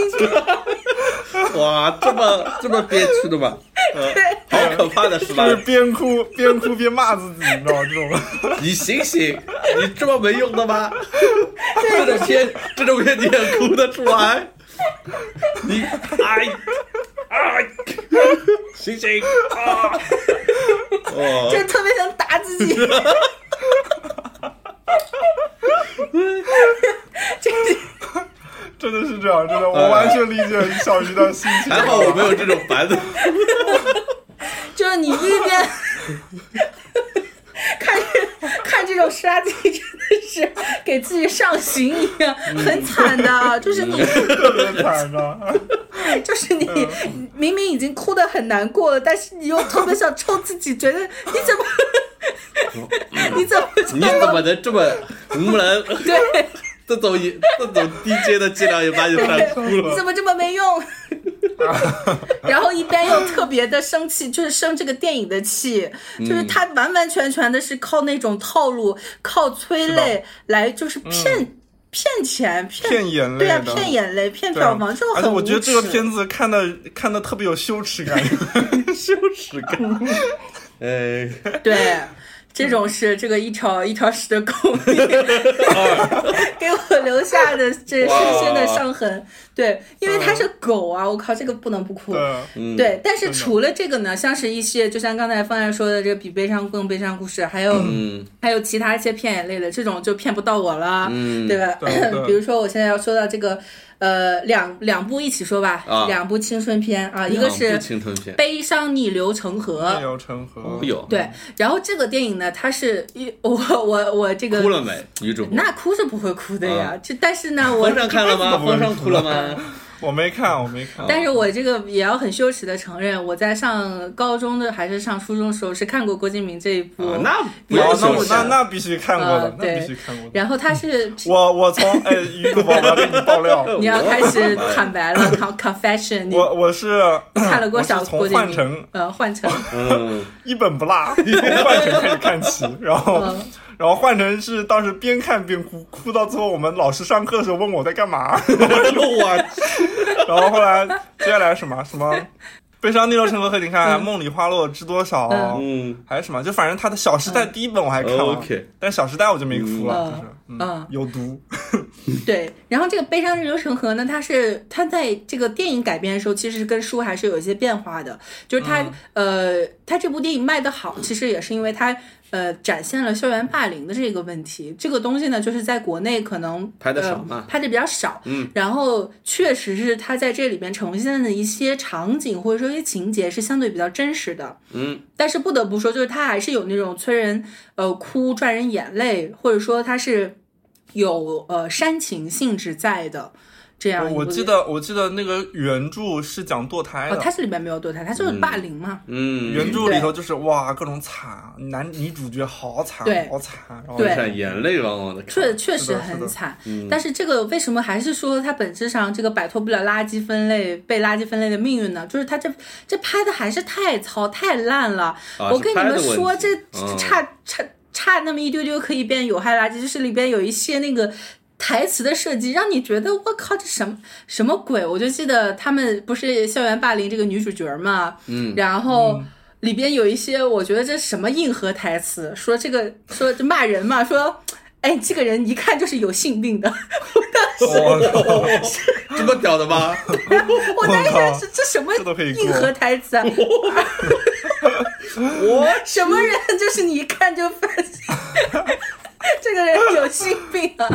<laughs>
<laughs>
哇，这么这么憋屈的吗？
对，
呃好可怕的是吧？
就是边哭边哭边骂自己，你知道这种。 <laughs>
你醒醒，你这么没用的吗？这种片，这种片你也哭得出来？你 <laughs> 哎哎，醒醒啊！哦，
就特别想打自
<laughs>
己。这。
真的是这样，真的，
哎
我完全理解小鱼的心情。
还好我没有这种烦恼。
就是你一边 <laughs> 看看这种杀鸡，真的是给自己上刑一样，很惨的。啊就是你，
特别
<laughs>
惨的。
就是你
嗯
明明已经哭得很难过了，但是你又特别想抽自己，觉
<laughs>
得你怎么， <laughs> 你怎么，
你怎么能这么无能？
对。
这种也这种低阶的伎俩也把你看哭了，
你怎么这么没用？ <laughs> 然后一边又特别的生气，就是生这个电影的气，就是他完完全全的是靠那种套路，靠催泪来就是骗、
嗯、
骗钱骗
骗眼泪，
对啊骗眼泪骗票房，这种很
啊而且我觉得这个
<laughs>
片子看的看的特别有羞耻感，
羞耻感，哎，
对。这种是这个一条一条屎的狗命， <laughs> 给我留下的这深深的伤痕。对，因为它是狗啊，我靠，这个不能不哭。
嗯
对，但是除了这个呢，像是一些就像刚才方案说的这个比悲伤更悲伤故事，还有
嗯
还有其他一些骗眼泪的，这种就骗不到我了，
嗯
对吧？ <laughs> 比如说我现在要说到这个。呃，两两部一起说吧，
啊、
两部青春片啊，一个是
青春片《
悲伤逆流成河》，
逆流成河
有
对，然后这个电影呢，它是一我我我这个
哭了没女主
那哭是不会哭的呀，这、啊、但是呢，我
风上看了吗？风上哭了吗？
我没看，我没看。
但是我这个也要很羞耻的承认，我在上高中的还是上初中的时候是看过郭敬明这一部。
啊、那不要羞耻，
那那必须看过的，
嗯、
那必须看过的。
然后他是
我我从哎，于主播我要给你爆料，
你要开始坦白了，confession。
我我是
看了多少郭敬
明？成
呃，换乘，
嗯，
一本
<laughs>
不落，从换乘开始看起，然后。
嗯
然后换成是当时边看边哭，哭到最后我们老师上课的时候问我在干嘛，
哎
我 <laughs> 然后后来接下来什么什么，悲伤逆流成河，你看、
嗯、
梦里花落知多少，
嗯，
还有什么，就反正他的《小时代》第一本我还看了，
嗯、
但《小时代》我就没哭了，
哦嗯、
就是。
嗯
有毒。
对，然后这个《悲伤日流成河》呢，它是它在这个电影改编的时候，其实跟书还是有一些变化的。就是它、呃，它这部电影卖得好，其实也是因为它呃展现了校园霸凌的这个问题。这个东西呢，就是在国内可能
拍得
呃
少嘛
拍的比较少。
嗯，
然后确实是它在这里边呈现的一些场景或者说一些情节是相对比较真实的。
嗯，
但是不得不说，就是它还是有那种催人呃哭、赚人眼泪，或者说它是。有呃煽情性质在的这样一
我
部
记得我记得那个原著是讲堕胎
哦，
的，
它这里面没有堕胎，它就是霸凌嘛。
嗯，
原著里头就是哇各种惨，男女主角好惨
对
好惨，然后
对
看眼泪汪汪的看，
确确
哦是
实
的嗯是
很
的
惨，但是这个为什么还是说它本质上这个摆脱不了垃圾分类被垃圾分类的命运呢？就是它这这拍的还是太糙太烂了。
啊
我跟
是
你
拍的
们
问
说，
题
这
嗯
差差差那么一丢丢可以变有害垃圾，就是里边有一些那个。台词的设计让你觉得我靠这什么什么鬼？我就记得他们不是校园霸凌这个女主角嘛，嗯，然后里边有一些我觉得这什么硬核台词，说这个说这骂人嘛，说哎这个人一看就是有性病的，
我
这么屌的吗？
<laughs> 我当时
靠
想是这什么
这都可以过
硬核台
<laughs>
词啊？
我
什么人就是你一看就分析 <laughs> 这个人有性病啊？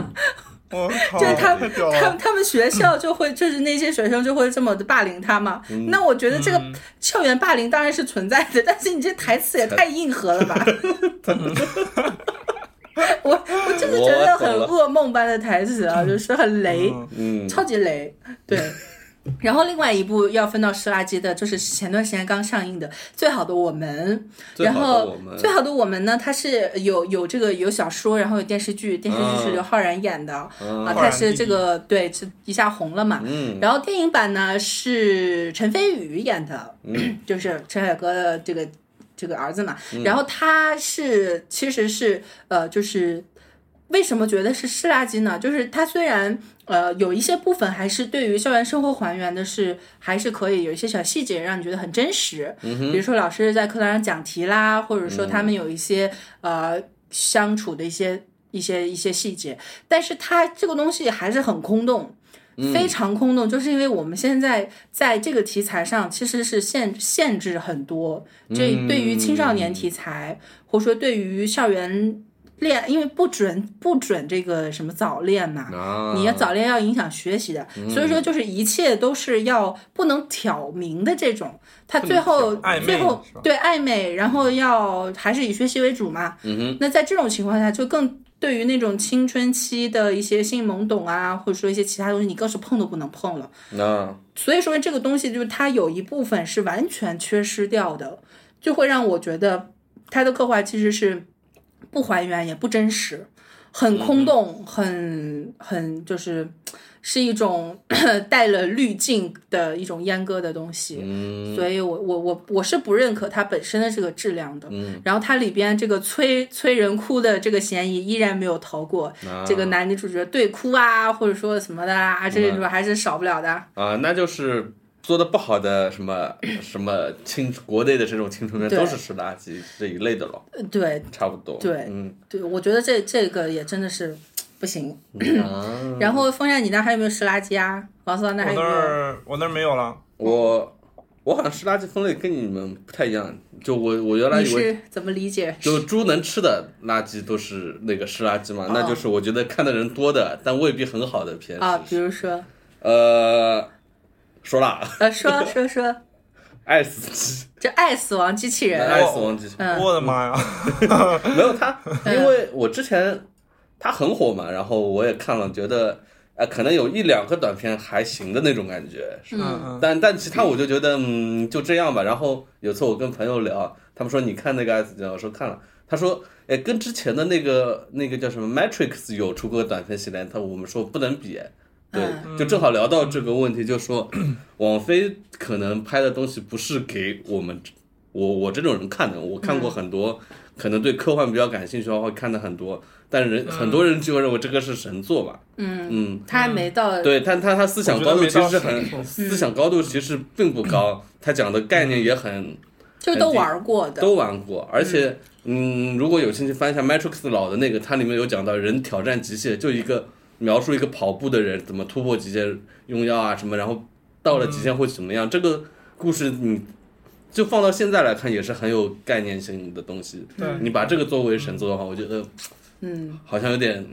靠，我靠，
<laughs> 就是他
哦太
们
屌
他
了
们。他们学校就会就是那些学生就会这么的霸凌他嘛。
嗯
那我觉得这个校园霸凌当然是存在的，但是你这台词也太硬核了
<laughs>
吧！ <laughs> 我我真的觉得很
我懂
噩梦般的台词啊，就是很雷，
嗯，
超级
<laughs>
雷，对。然后另外一部要分到湿垃圾的，就是前段时间刚上映的《最好的我们》，
最
<laughs> 然
好的
后
我
《
们
最好的我们》呢，它是有有这个有小说，然后有电视剧，电视剧是刘昊然演的，
嗯
啊，
浩
他
然
是
弟
这
弟
个对，是一下红了嘛。
嗯
然后电影版呢是陈飞宇演的，
嗯
<clears throat> 就是陈凯歌的这个这个儿子嘛。然后他是其实是呃，就是为什么觉得是湿垃圾呢？就是它虽然呃有一些部分还是对于校园生活还原的是还是可以有一些小细节让你觉得很真实，比如说老师在课堂上讲题啦，或者说他们有一些、呃相处的一些一些一些细节，但是它这个东西还是很空洞。非常空洞，就是因为我们现在在这个题材上其实是限限制很多，这对于青少年题材，或者说对于校园恋，因为不准不准这个什么早恋嘛，
啊，
嗯
你要早恋要影响学习的，所以说就是一切都是要不能挑明的这种，他最后
不能
挑暧昧
最后
是吧嗯
对暧昧，然后要还是以学习为主嘛。
哼
那在这种情况下，就更对于那种青春期的一些性懵懂啊，或者说一些其他东西，你更是碰都不能碰了。
那
所以说这个东西就是它有一部分是完全缺失掉的，就会让我觉得它的刻画其实是不还原也不真实，很空洞，很很就是是一种 <coughs> 带了滤镜的一种阉割的东西。
嗯
所以我我我我是不认可它本身的这个质量的。然后它里边这个催催人哭的这个嫌疑依然没有逃过、这个男女主角对哭啊，或者说什么的啊，这种还是少不了的。
啊，那就是做的不好的什么什么青国内的这种青春片
对
都是湿垃圾这一类的咯，
呃对
差不多。
对
嗯，
对，我觉得这这个也真的是不行。
啊，
然后风扇，你那儿还有没有湿垃圾啊？王思王那儿
我
还有
那
没有？
儿我那儿没有了，
我我好像湿垃圾分类跟你们不太一样，就我我原来
你
以为。
是怎么理解？
就猪能吃的垃圾都是那个湿垃圾嘛，那就是我觉得看的人多的，但未必很好的片
哦啊，
是
比如说，
呃，说了啊，
呃，说说说，
爱死机，
这爱死亡机器人，
爱死亡机器人
嗯
我的妈呀！
<laughs> 没有他，因为我之前他很火嘛，然后我也看了，觉得呃可能有一两个短片还行的那种感觉，是吧？
嗯
但但其他我就觉得嗯就这样吧。然后有次我跟朋友聊，他们说你看那个《爱死机》，我说看了，他说哎跟之前的那个那个叫什么《Matrix》有出过短片系列，他我们说不能比。对，
嗯
就正好聊到这个问题，就说网飞可能拍的东西不是给我们我我这种人看的，我
嗯
看过很多，可能对科幻比较感兴趣的话会看的很多，但人、很
嗯
多人就认为这个是神作吧。嗯嗯，
他还没到，
对，但他他思想高度其实是
呃我觉得没到
很，思想高度其实
嗯
并不高，他讲的概念也很
就都玩过的，
都玩过，而且嗯，如果有兴趣翻一下 Matrix 老的那个，它里面有讲到人挑战极限，就一个描述一个跑步的人怎么突破极限，用药啊什么，然后到了极限会怎么样。这个故事你就放到现在来看，也是很有概念性的东西。
对
你把这个作为神作的话，我觉得
嗯，
好像有点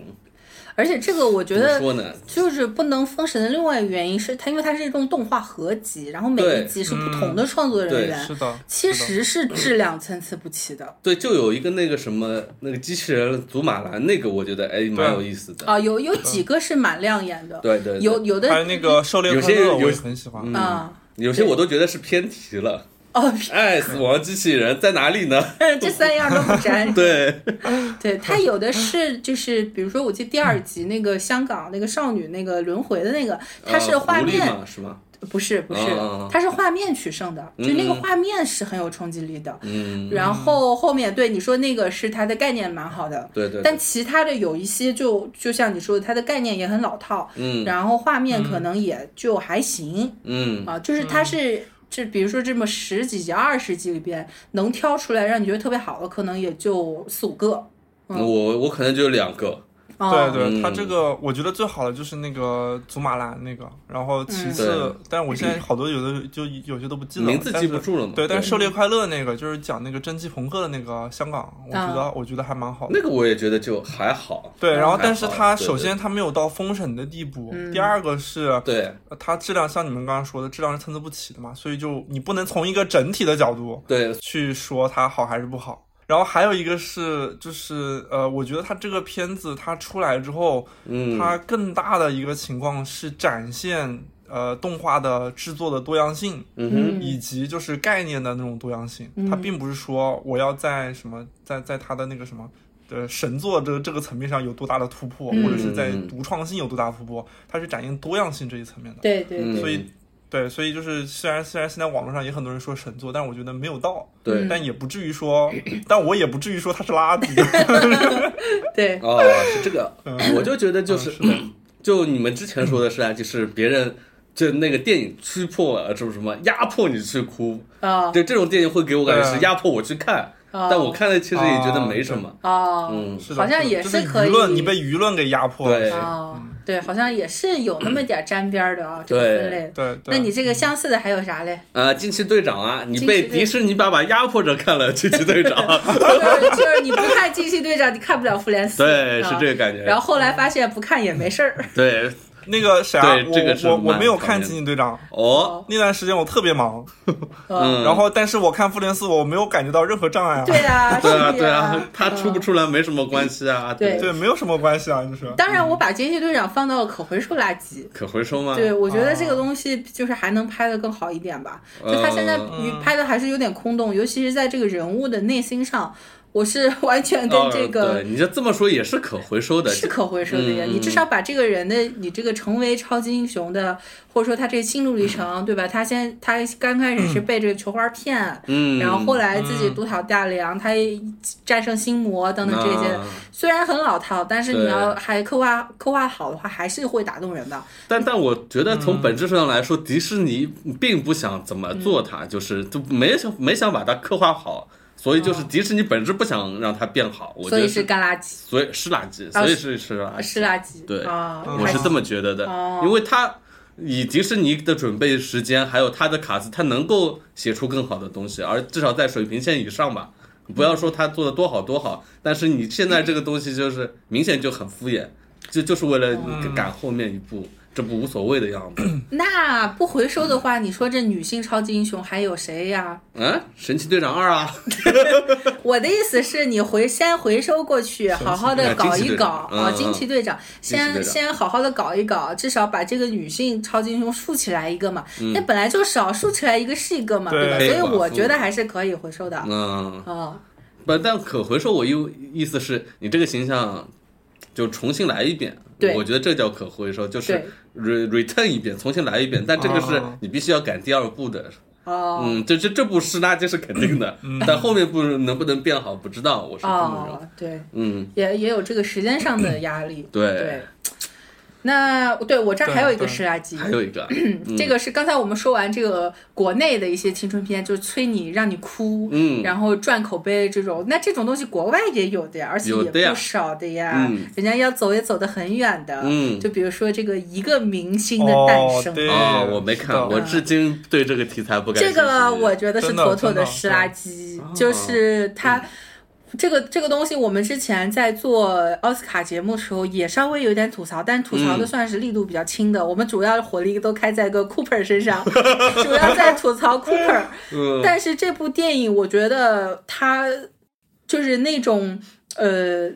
而且这个我觉
怎么
得
说呢？
就是不能封神的另外一个原因是它，因为它是一种动画合集，然后每一
对嗯
集是不同的创作人
对
员，
是的，
其
是
实
<clears throat>
的
是质量参差不齐的
对，就有一个那个什么那个机器人祖马兰，那个我觉得哎蛮有意思的。
啊，有有几个是蛮亮眼的，
嗯对对，对
有有的
还有那个狩猎
有
快
些
乐，我
有
也很喜欢。
嗯
啊。
有些我都觉得是偏题了。
哦，
哎，死亡机器人在哪里呢？
<laughs> 这三样都不
<laughs>
沾。
对，
对，它有的是就是，比如说，我记得第二集那个香港那个少女那个轮回的那个，它是
呃
画
狐狸
面，
嘛是吗？
不是不是
啊，
它是画面取胜的，就那个
嗯
画面是很有冲击力的。
嗯，
然后后面对你说那个是它的概念蛮好的，
对对，对
但其他的有一些就就像你说的，它的概念也很老套，
嗯
然后画面可能也就还行
嗯，
啊，就是它是。就比如说这么十几集、二十集里边，能挑出来让你觉得特别好的，可能也就四五个。嗯
我我可能就两个，
啊、
对对，
嗯
它这个我觉得最好的就是那个祖马兰那个，然
嗯
后其次
对，
但我现在好多有的就有些都不记得了，
名字
但
记
是
不住了嘛。
对，但是狩猎快乐那个就是讲那个蒸汽朋克的那个香港，我觉
哦
得我觉得还蛮好的。
那个我也觉得就还好。
对，然后
还
但是
好
它
对
首
对
先它没有到封神的地步，
嗯
第二个是
对
呃它质量像你们刚刚说的质量是参差不齐的嘛，所以就你不能从一个整体的角度
对，
去说它好还是不好。然后还有一个是就是呃，我觉得它这个片子它出来之后，
嗯，
它更大的一个情况是展现呃动画的制作的多样性，
嗯
嗯
以及就是概念的那种多样性。它并不是说我要在什么在在它的那个什么。呃，神作这这个层面上有多大的突破，
嗯
或者是在独创性有多大的突破，它是展现多样性这一层面的。
对对
嗯
对
所以，对，所以就是虽然虽然现在网络上也很多人说神作，但我觉得没有到，
嗯
对
但也不至于说，但我也不至于说它
<laughs>
是垃圾。
对，
哦，是这个，
嗯
我就觉得就是， <clears throat> 就你们之前说的是啊，就是别人就那个电影驱迫呃什么什么压迫你去哭，
啊
对这种电影会给我感觉
对啊
是压迫我去看，
哦
但我看了其实也觉得没什么。
啊，
嗯
是的
好像
是的
也
就是
可以
舆论，你被嗯舆论给压迫了。
对
啊，对，好像也是有那么点儿沾边儿的啊，这个
对
分类。
对对，嗯
那你这个相似的还有啥嘞？ <laughs>
呃，惊奇队长啊，你
惊奇
被
队
迪士尼爸爸压迫着看了惊奇
<laughs>
队长，
就是就是你不看惊奇队长，你看不了复联四，
对，是
啊
这个感觉。
然后后来发现不看也没事儿，
对，
那个谁啊
对，
我
这个是
我我
蛮
没有
讨
看
厌
《惊奇队长》
哦，
那段时间，我特别忙。
嗯，
嗯，
然后，但是我看《复联四》，我没有感觉到任何障碍啊。
对呀，
<laughs> 对啊，
是
对
呀
啊，，他出不出来没什么关系啊，
嗯对
对，没有什么关系啊，就是。
当然我把惊奇队长放到了可回收垃圾。
可回收吗？
对，我觉得这
嗯
个东西就是还能拍的更好一点吧。就他现在
嗯
拍的还是有点空洞，尤其是在这个人物的内心上，我是 <laughs> 完全
哦，
跟这个
对，你就这么说也是可回收的，
是可回收的呀。
嗯
你至少把这个人的你这个成为超级英雄的，或者说他这个心路历程，对吧？他先他刚开始是被这个球花骗，
嗯，
然后后来自己独挑大梁，他也战胜心魔等等这些，
啊
虽然很老套，但是你
对
要还刻画刻画好的话，还是会打动人的。
但但我觉得
嗯
从本质上来说，迪士尼并不想怎么做
嗯
它，就是就没想没想把它刻画好，所以
哦
就是迪士尼本质不想让它变好，我觉
所以
得
是
是，
干垃圾，
所以是垃圾，
啊
所以是是垃圾，
是垃圾。
对
啊，
我是这么觉得的
哦，
因为它以迪士尼的准备时间，还有它的卡斯，它能够写出更好的东西，而至少在水平线以上吧。不要说它做的多好多好，但是你现在这个东西就是明显就很敷衍，就就是为了
嗯
赶后面一步，这不无所谓的样子。
那不回收的话，你说这女性超级英雄还有谁呀？
嗯，神奇队长二啊，
我的意思是你回先回收过去，好好的搞一搞啊，惊
惊
奇
奇
队长，
惊奇
先
嗯队长
先好好的搞一搞，至少把这个女性超级英雄竖起来一个嘛。那本来就少，竖起来一个是一个嘛，
对
对吧？所以
嗯对
我觉得还是可以回收的。
嗯，
嗯，
不，但可回收我又意思是你这个形象就重新来一遍，
对
我觉得这叫可回收，就是
对
re return 一遍，重新来一遍，但这个是
哦
你必须要赶第二步的，
哦。
嗯，这这这步湿垃圾是肯定的，但后面步能不能变好不知
哦
道，我是这么认为，
哦，对，
嗯，
也也有这个时间上的压力。
对
对，那对我这儿还有一个
对对
湿垃圾，
还有一
<clears throat>
个，嗯
这个是刚才我们说完这个国内的一些青春片，就是催你让你哭，
嗯
然后赚口碑这种。那这种东西国外也有的呀，而且
有的
也
呀
不少的呀，
嗯
人家要走也走得很远的。
嗯
就比如说这个一个明星的诞生
哦，对
哦，我没看，
是的
我至今对这个题材不感兴
这
趣。
个我觉得是
真的
妥妥
真的
湿垃圾，
哦
就是
嗯
它。这个这个东西，我们之前在做奥斯卡节目的时候也稍微有点吐槽，但吐槽的
嗯
算是力度比较轻的。我们主要火力都开在个 Cooper 身
<laughs>
上，主要在吐槽 Cooper。
嗯
但是这部电影，我觉得它就是那种呃，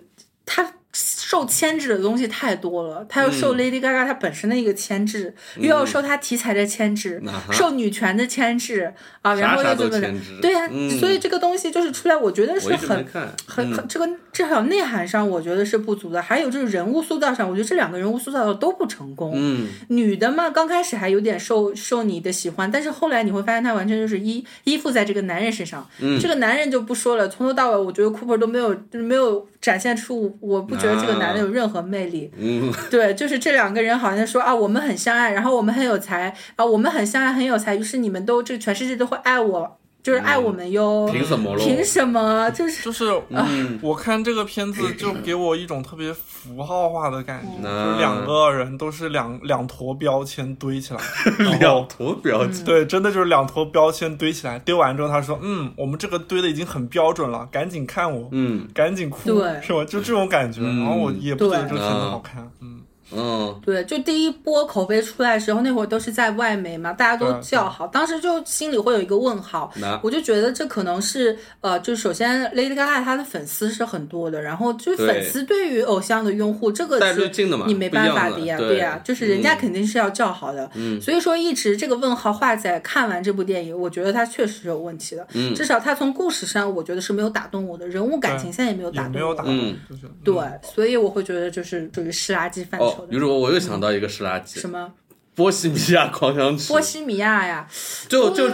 它受牵制的东西太多了。它要受
嗯
Lady Gaga 它本身的一个牵制，又要受它题材的牵制，
啊哈
受女权的牵制啊，然
啥
后
啥
又
都
怎么的
牵？制，
对呀、
嗯
所以这个东西就是出来，我觉得
我
是
一直没
很。
看，
很
嗯
很，这个至少内涵上，我觉得是不足的。还有就是人物塑造上，我觉得这两个人物塑造的都不成功。
嗯
女的嘛，刚开始还有点受受你的喜欢，但是后来你会发现，她完全就是依依附在这个男人身上。
嗯
这个男人就不说了，从头到尾，我觉得 Cooper 都没有就是没有展现出，我不觉得这个男的有任何魅力。
啊嗯
<laughs> 对，就是这两个人好像说啊，我们很相爱，然后我们很有才啊，我们很相爱很有才，于是你们都这全世界都会爱我，就是爱我们哟。
嗯凭什么咯？
凭什么？就是
就是
嗯
我看这个片子就给我一种特别符号化的感觉，
嗯
就是两个人都是两两坨标签堆起来，
<laughs>
然后
两坨
嗯
标记，
嗯对，真的就是两坨标签堆起来，丢完之后他说，嗯，我们这个堆的已经很标准了，赶紧看我，
嗯
赶紧哭，
对
是吧？就这种感觉，
嗯
然后我也不觉
对
得这个片子好看，嗯，
嗯
对，就第一波口碑出来的时候，那会儿都是在外媒嘛，大家都
对
叫好，当时就心里会有一个问号
那，
我就觉得这可能是呃，就首先 Lady Gaga 她的粉丝是很多的，然后就是粉
对
丝对于偶像的拥护，这个
带
是
滤镜的嘛
你没
不一
办
样
法
的
的呀，
对
对呀，就是人家
嗯
肯定是要叫好的，
嗯
所以说一直这个问号画在看完这部电影，我觉得它确实有问题的，
嗯
至少它从故事上我觉得是没有打动我的，人物感
对
情线也没有打
也
动我，
没有打动，
嗯
就是嗯
对，所以我会觉得就是属于湿垃圾范畴
哦，
的、
于是我我又想到一个是垃圾，
什么。
波西米亚狂想曲
波，西哦米亚呀，
就就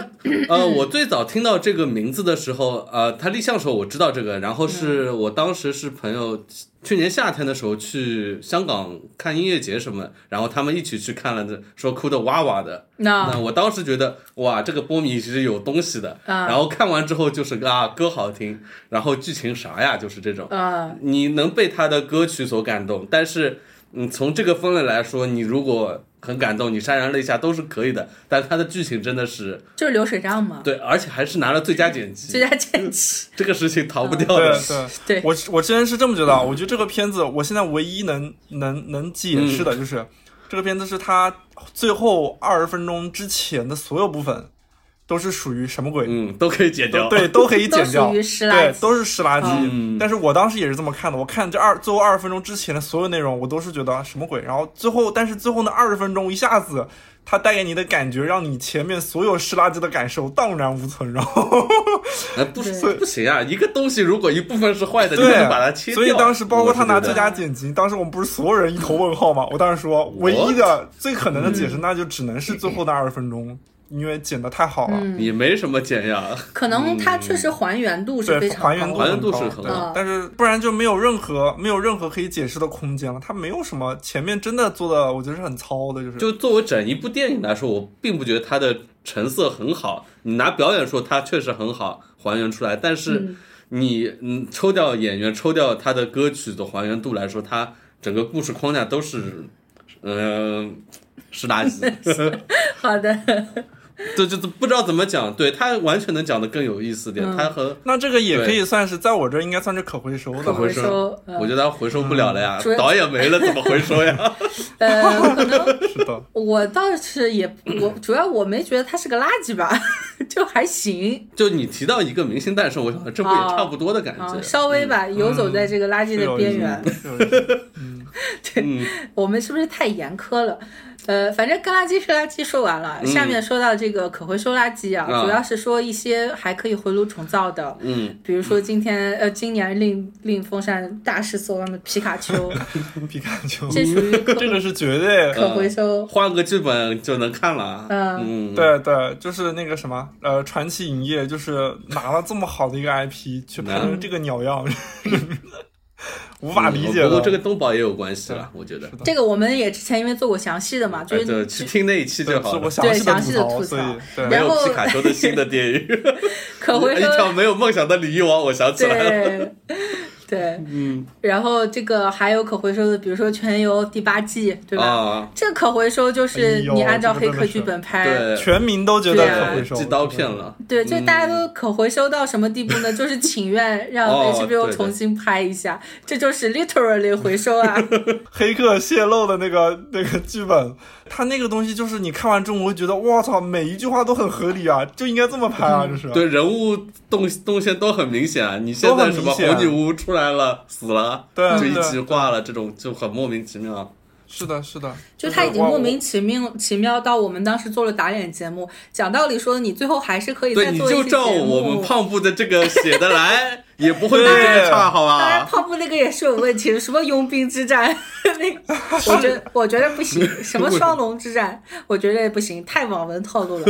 呃，我最早听到这个名字的时候，呃，他立项的时候我知道这个，然后是
嗯
我当时是朋友去年夏天的时候去香港看音乐节什么，然后他们一起去看了的，说哭的哇哇的，
那
嗯
那我当时觉得哇，这个波米其实有东西的，
啊
然后看完之后就是啊，歌好听，然后剧情啥呀，就是这种，
呃，
你能被他的歌曲所感动，但是嗯，从这个分类来说，你如果很感动，你潸然泪下都是可以的，但他的剧情真的是
就是流水账嘛，
对，而且还是拿了最佳剪
最佳
辑，
剪辑，
这个事情逃不掉
对
的。
对，
对。嗯我我之前是这么觉得，啊，我觉得这个片子，我现在唯一能能能解释的
嗯
就是，这个片子是它最后二十分钟之前的所有部分，都是属于什么鬼？
嗯，都可以剪掉。
都对，都可以剪
都
掉
属于湿，垃圾
对，都是湿垃圾。
嗯
但是我当时也是这么看的，我看这二最后二十分钟之前的所有内容，我都是觉得啊什么鬼。然后最后，但是最后那二十分钟一下子，它带给你的感觉，让你前面所有湿垃圾的感受荡然无存。然后
哎，不
对
不行啊！一个东西如果一部分是
<laughs>
坏的，你不
对，啊
能把它切掉。
所以当时包括他拿
我是觉
最
得
佳剪辑，当时我们不是所有人一头问号吗？我当时说，唯一的最可能的
嗯
解释，那就只能是最后的二十分钟，因为剪的太好
嗯
了。
也没什么剪呀。
可能它确实还原度是非
嗯对，
常高
还
的嗯
原度
还原度
高
是很
对
高
但是不然就没有任何没有任何可以解释的空间了。他没有什么前面真的做的，我觉得是很糙的，就是
就作为整一部电影来说，我并不觉得它的成色很好。你拿表演说它确实很好还原出来，但是你嗯抽掉演员、抽掉它的歌曲的还原度来说，它整个故事框架都是嗯、是
<laughs>
垃圾。
好的，
对，就是不知道怎么讲，对它完全能讲的更有意思
嗯
点。它和
那这个也可以算是在我这儿应该算是可回收的
可
了。
回
收
收，
嗯
我觉得它回收不了了呀
主要，
导演没了怎么回收呀？ <laughs>
呃，可能
是
<laughs>
的，
我倒是也，我主要我没觉得它是个垃圾吧， <laughs> 就还行
就你提到一个明星诞生，我想这不也差不多的感
啊，
觉？
稍微吧，游走在这个垃圾
嗯是
的
有
边
意思
缘。
是有意思
嗯
我们是不是太严苛了？呃，反正干垃圾、湿垃圾说完
嗯
了，下面说到这个可回收垃圾啊，
啊
主要是说一些还可以回炉重造的，
嗯，
比如说今天呃，今年令令风扇大失所望的皮卡
<laughs>
丘，
皮卡丘，
这属于
嗯
可
<laughs> 这个是绝对。
可回收。
换个剧本就能看了啊。
嗯
嗯，
对对，就是那个什么，呃，传奇影业就是拿了这么好的一个 IP 去拍成这个鸟样， <laughs> 无法理
嗯不
解了。
过这个东宝也有关系了，我觉得。
这个我们也之前因为做过详细的啊嘛，就
哎，
是
对，去听那一期就好
是我
了。
对
详
详细
细
的
的
吐槽
所以
没
对，
然
有
后
皮卡丘的新的电
<laughs>
影， <laughs>
可回
哎一
收
条没有梦想的鲤鱼王，我想起来了。
对，
<laughs>
对，嗯，然后这个还有可回收的，比如说《全游》第八季，对吧？
啊，
这可回收就是
哎呦
你按照
这
黑
个
客
真的是
剧本拍，
对，
全民都觉得
哎对啊
可回收
寄刀片。了。
对，就大家都可回收到什么地步呢？就是请愿让
嗯哦
HBO
对的
重新拍一下，这就是 literally 回收啊。
黑客泄露的那个 <laughs> 那个剧本，他那个东西就是你看完之后，我会觉得我操，每一句话都很合理啊，就应该这么拍啊，就是。
嗯对人物动动线都很明显啊！你现在什么
都很明显
红女巫出来了，死了，
对啊
就一
对啊
集挂了，这种就很莫名其妙。
是的，是的，
就是他已经
我
莫名其妙其妙到我们当时做了打脸节目，讲道理说你最后还是可以
对，
再
你
做一期
就
节
照我们
目。
胖布的这个写的
<laughs>
来，也不会比这个
对
差，好
当然，
吧？
泡布那个也是有问题的，什么佣兵之战， <laughs> 那个我觉得我觉得不
<laughs>
行，什么双龙之战，我觉得也不行，太网文套路了，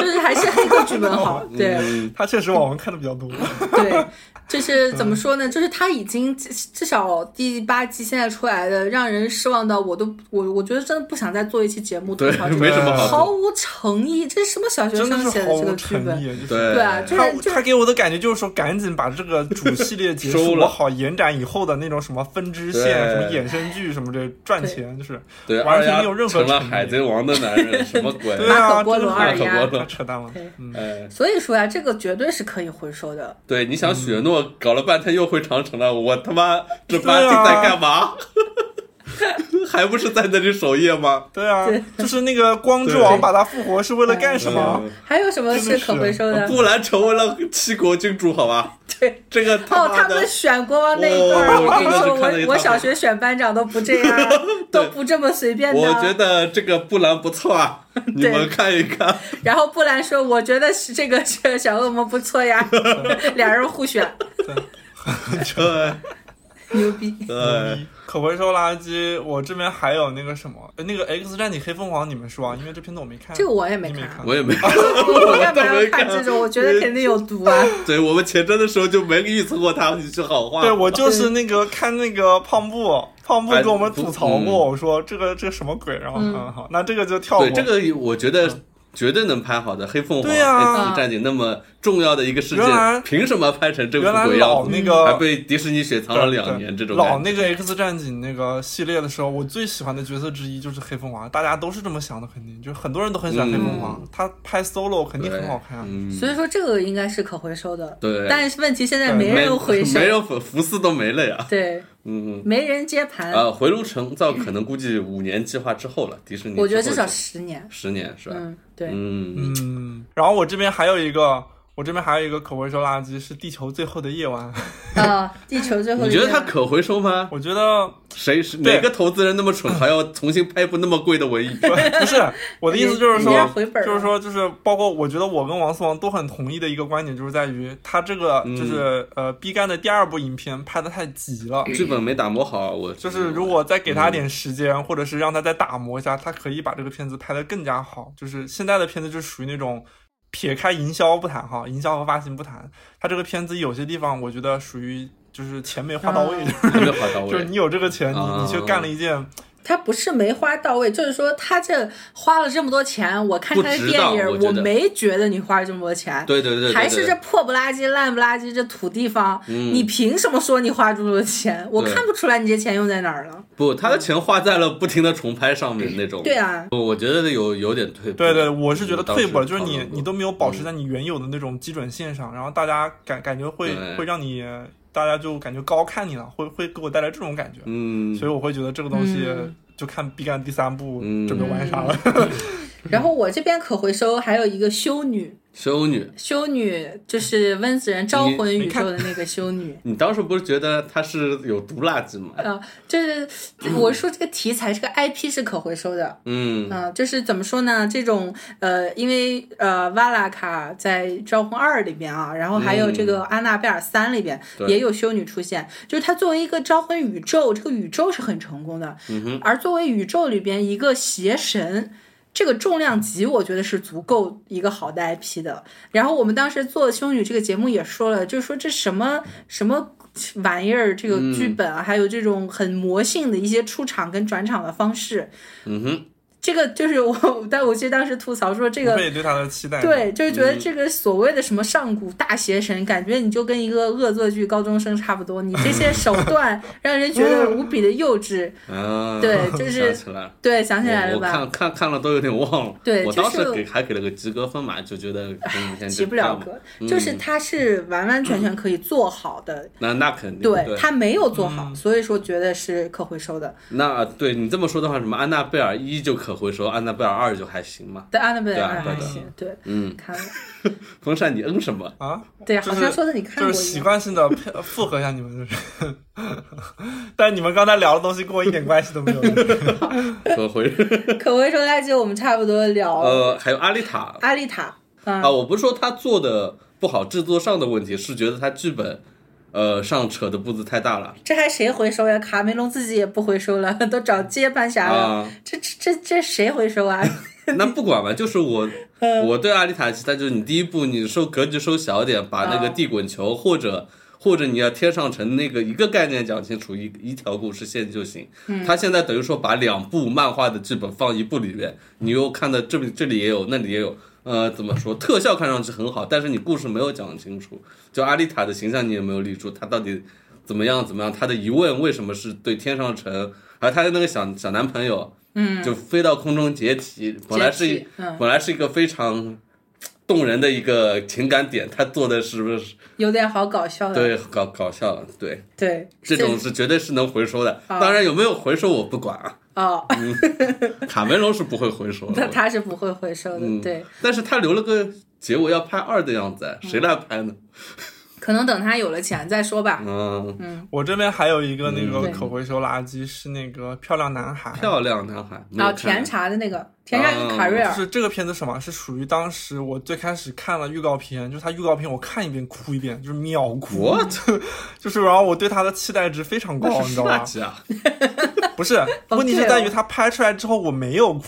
就是还是黑客剧本好，对。
<laughs> 嗯，
他确实网文看的比
<laughs>
较多。
<laughs>
对，就是怎么
嗯
说呢？就是他已经至至少第八季现在出来的，让人失望到我都我我觉得真的不想再做一期节目吐
对
槽这，
没
个，
什么好
毫无诚意，这是什么小学
真的
生
是
写
毫
这
无
个剧
诚
本？
意，就是
对
对啊，就
他
是就是
他给我的感觉就是说，赶紧把这个主系列
<laughs>
结
收
束，
了
我好延展以后的那种什么分支线、
对
什么衍生剧什么这赚钱，就是
对，
完全
二丫
没有任何
成了
诚意
海贼王的男人，什么鬼？
对啊，
马可波罗
真的
二
是
丫
马可波罗太扯淡了
对。
嗯，
哎，
所以说呀、这个绝对是可以回收的。
对，你想雪诺搞了半天又回长城了，我他妈这
嗯对
八
啊
戒在干嘛？ <laughs> 还不是在那里守夜吗？
对啊
对，
就是那个光之
对
王把他复活是为了干什么？
还有什么
真的
可
是
回收的？
布兰成为了七国君主，好吧？
对。
这个他
哦，
妈
他
的
们，选国王那一段儿，
哦
我跟你说，
我真的是看了一
我我
大半
小学选班长都不
<laughs>
这样，都不这么随便的。
我觉得这个布兰不错啊，你们看一看。 <laughs>
然后布兰说：“我觉得是这个是小恶魔不错
<laughs>
呀。”俩人互选，
对
牛逼。
<laughs> 对，
可回收垃圾，我这边还有那个什么，呃那个《X 战警：黑凤凰》，你们说啊？因为这片子我没看，
这个我也没
你没
看
看，
我也没。
我干嘛
我
要
没
看
看
这种？我觉得肯定有毒啊！
<laughs> 对我们前瞻的时候就没预测过他一句好话。
对我就是那个看那个胖布，胖布跟我们吐槽
哎不嗯
过，我说这个这个什么鬼，然后
嗯
嗯好，那这个就跳过。
对这个，我觉得绝对能拍好的。黑凤凰、
对啊
X 战警那么重要的一个事
原来
件，凭什么拍成这
原
副
来
鬼样
老
子？
那
还
个
被迪士尼雪藏了两年，这种
呃老
感觉。
那个 X 战警那个系列的时候，我最喜欢的角色之一就是黑凤凰，大家都是这么想的，肯定就是很多人都很喜欢黑凤凰，他拍 solo 肯定很好看啊。
嗯，
所以说这个应该是可回收的，
对，
但是问题现在
对
没
没
人回收
没，人福福斯都没了呀。
对，
嗯，
没人接盘。
啊，回炉重造可能估计五年计划之后了，迪士尼
我觉得
之
至
后
少
就
十年，
十年是吧？
嗯，对，
嗯，
嗯，然后我这边还有一个，我这边还有一个可回收垃圾是《地球最后的夜晚》， <laughs>
啊，地球最后的
你觉得
夜
它
晚
可回收吗？
我觉得
谁是
嗯对
哪个投资人那么蠢，还要重新拍一部那么贵的文
<laughs>
艺片？
<laughs>
不是我的意思，就是
人家
说，
回本儿了
就是说，就是包括我觉得我跟王思王都很同意的一个观点，就是在于他这个就是、呃 B 站的第二部影片拍的太急了。
剧本没打磨好，我
就是如果再给他点时间，或者是让他再打磨一下，他可以把这个片子拍得更加好。就是现在的片子就属于那种撇开营销不谈哈，营销和发行不谈，他这个片子有些地方我觉得属于就是钱没花到位，
啊
还没画到
就
位
是你，有这个钱，你你去
啊
干了一件
他不是没花到位，就是说他这花了这么多钱，我看
不
他的
值
电
当
影，
我觉
我
得
没觉得你花了这么多钱，
对对对对，对
还是这破不拉几、烂不拉几这土地方，你凭什么说你花这么多钱？我
对
看不出来你这钱用在哪儿了。
不，他的钱花在了不停的重拍上面那种。
对，啊，
我觉得有有点退步。
对对，我是觉得退步了，
当时
就是
讨
你
论过嗯
你都没有保持在你原有的那种基准线上，然后大家感感觉会
对
会让你大家就感觉高看你了，会会给我带来这种感觉，
嗯，
所以我会觉得这个东西
嗯
就看必干第三部
嗯
准备玩啥了。
然后我这边可回收还有一个修女，
修女，
修女就是温子仁招魂
你
宇宙的那个修女。
你当时不是觉得他是有毒垃圾吗？
啊、就是我说这个题材，这个 IP 是可回收的。
嗯，
嗯、就是怎么说呢？这种呃，因为呃，瓦拉卡在《招魂二》里边啊，然后还有这个《安娜贝尔三》里边、
嗯对
也有修女出现，就是它作为一个招魂宇宙，这个宇宙是很成功的。嗯、而作为宇宙里边一个邪神。这个重量级，我觉得是足够一个好的 IP 的。然后我们当时做《修女》这个节目也说了，就是说这什么什么玩意儿，这个剧
嗯
本啊，还有这种很魔性的一些出场跟转场的方式，
嗯哼，
这个就是我，但我记得当时吐槽说
<laughs>
这个
对对他的期待，
对，就是觉
嗯
得这个所谓的什么上古大邪神，感觉你就跟一个恶作剧高中生差不多，你这
<laughs>
些手段让人觉得无比的幼稚。
啊， <laughs>
对就是
想起来了。
对，想起来
我
了
我
吧？
看看看了都有点忘了，
对
我
就
当时
是
给还给了个及格分嘛，就觉得可以先
起
就
不
这样
了
吧
格，就是它是完完
<clears throat>
全全可以做好的，
那那肯定
对
对，
它没有做
嗯
好，所以说觉得是可回收的。
那对你这么说的话，什么安娜贝尔一就可回收，安娜贝尔二就还行嘛。
对，安娜贝
对啊
尔
对
还
的
行，对，
嗯，
看了，
风扇你嗯什么？
啊，
对，
就
好像
是
说的你看
就
过
是
一
习
样。
惯性的配 <laughs> 复合一下你们，就是， <laughs> 但你们刚才聊的东西跟我一点关系都没有。 <laughs>
<laughs>
可回
可回收垃圾，我们差不多聊
呃，还有阿丽塔
阿丽塔啊
啊，，我不是说他做的不好，制作上的问题是觉得他剧本呃上扯的步子太大了
这还谁回收呀？卡梅隆自己也不回收了，都找接班侠了。
啊。
这这这这谁回收啊？ <laughs>
<laughs> 那不管吧，就是我我对阿丽塔的期待就是你第一步你收格局收小点，把那个
啊
地滚球或者。或者你要贴上成那个一个概念讲清楚一一条故事线就行。他现在等于说把两部漫画的剧本放一部里面，你又看到这里这里也有，那里也有。呃，怎么说？特效看上去很好，但是你故事没有讲清楚。就阿丽塔的形象你也没有立住，她到底怎么样怎么样？她的疑问为什么是对天上城？而她的那个小小男朋友，嗯，就飞到空中解体，本来是一
解体嗯
本来是一个非常动人的一个情感点，他做的是不是
有点好搞笑的。
对搞搞笑了？对，
对，
这种是绝对是能回收的。
啊
当然有没有回收我不管啊，
哦，
卡梅隆是不会回 <laughs> 收
那
的。
他是不会回收
嗯
的。对，
但是他留了个结尾要拍二的样子，谁来拍呢？
可能等他有了钱再说吧。
嗯，
我这边还有一个那
嗯
个
对
可回收垃圾是那个漂亮男孩，
漂亮男孩没
然
有
后
看
甜茶的那个甜茶跟
啊
卡瑞
就
尔，
是这个片子什么是属于当时我最开始看了预告片，就是它预告片我看一遍哭一遍，就是秒哭 <laughs>
What？
就是然后我对它的期待值非常高，
那 <laughs> 是
你知
湿
道吗
垃？圾啊！
不是，
哦
问题
对
是
哦。
在于它拍出来之后我没有哭，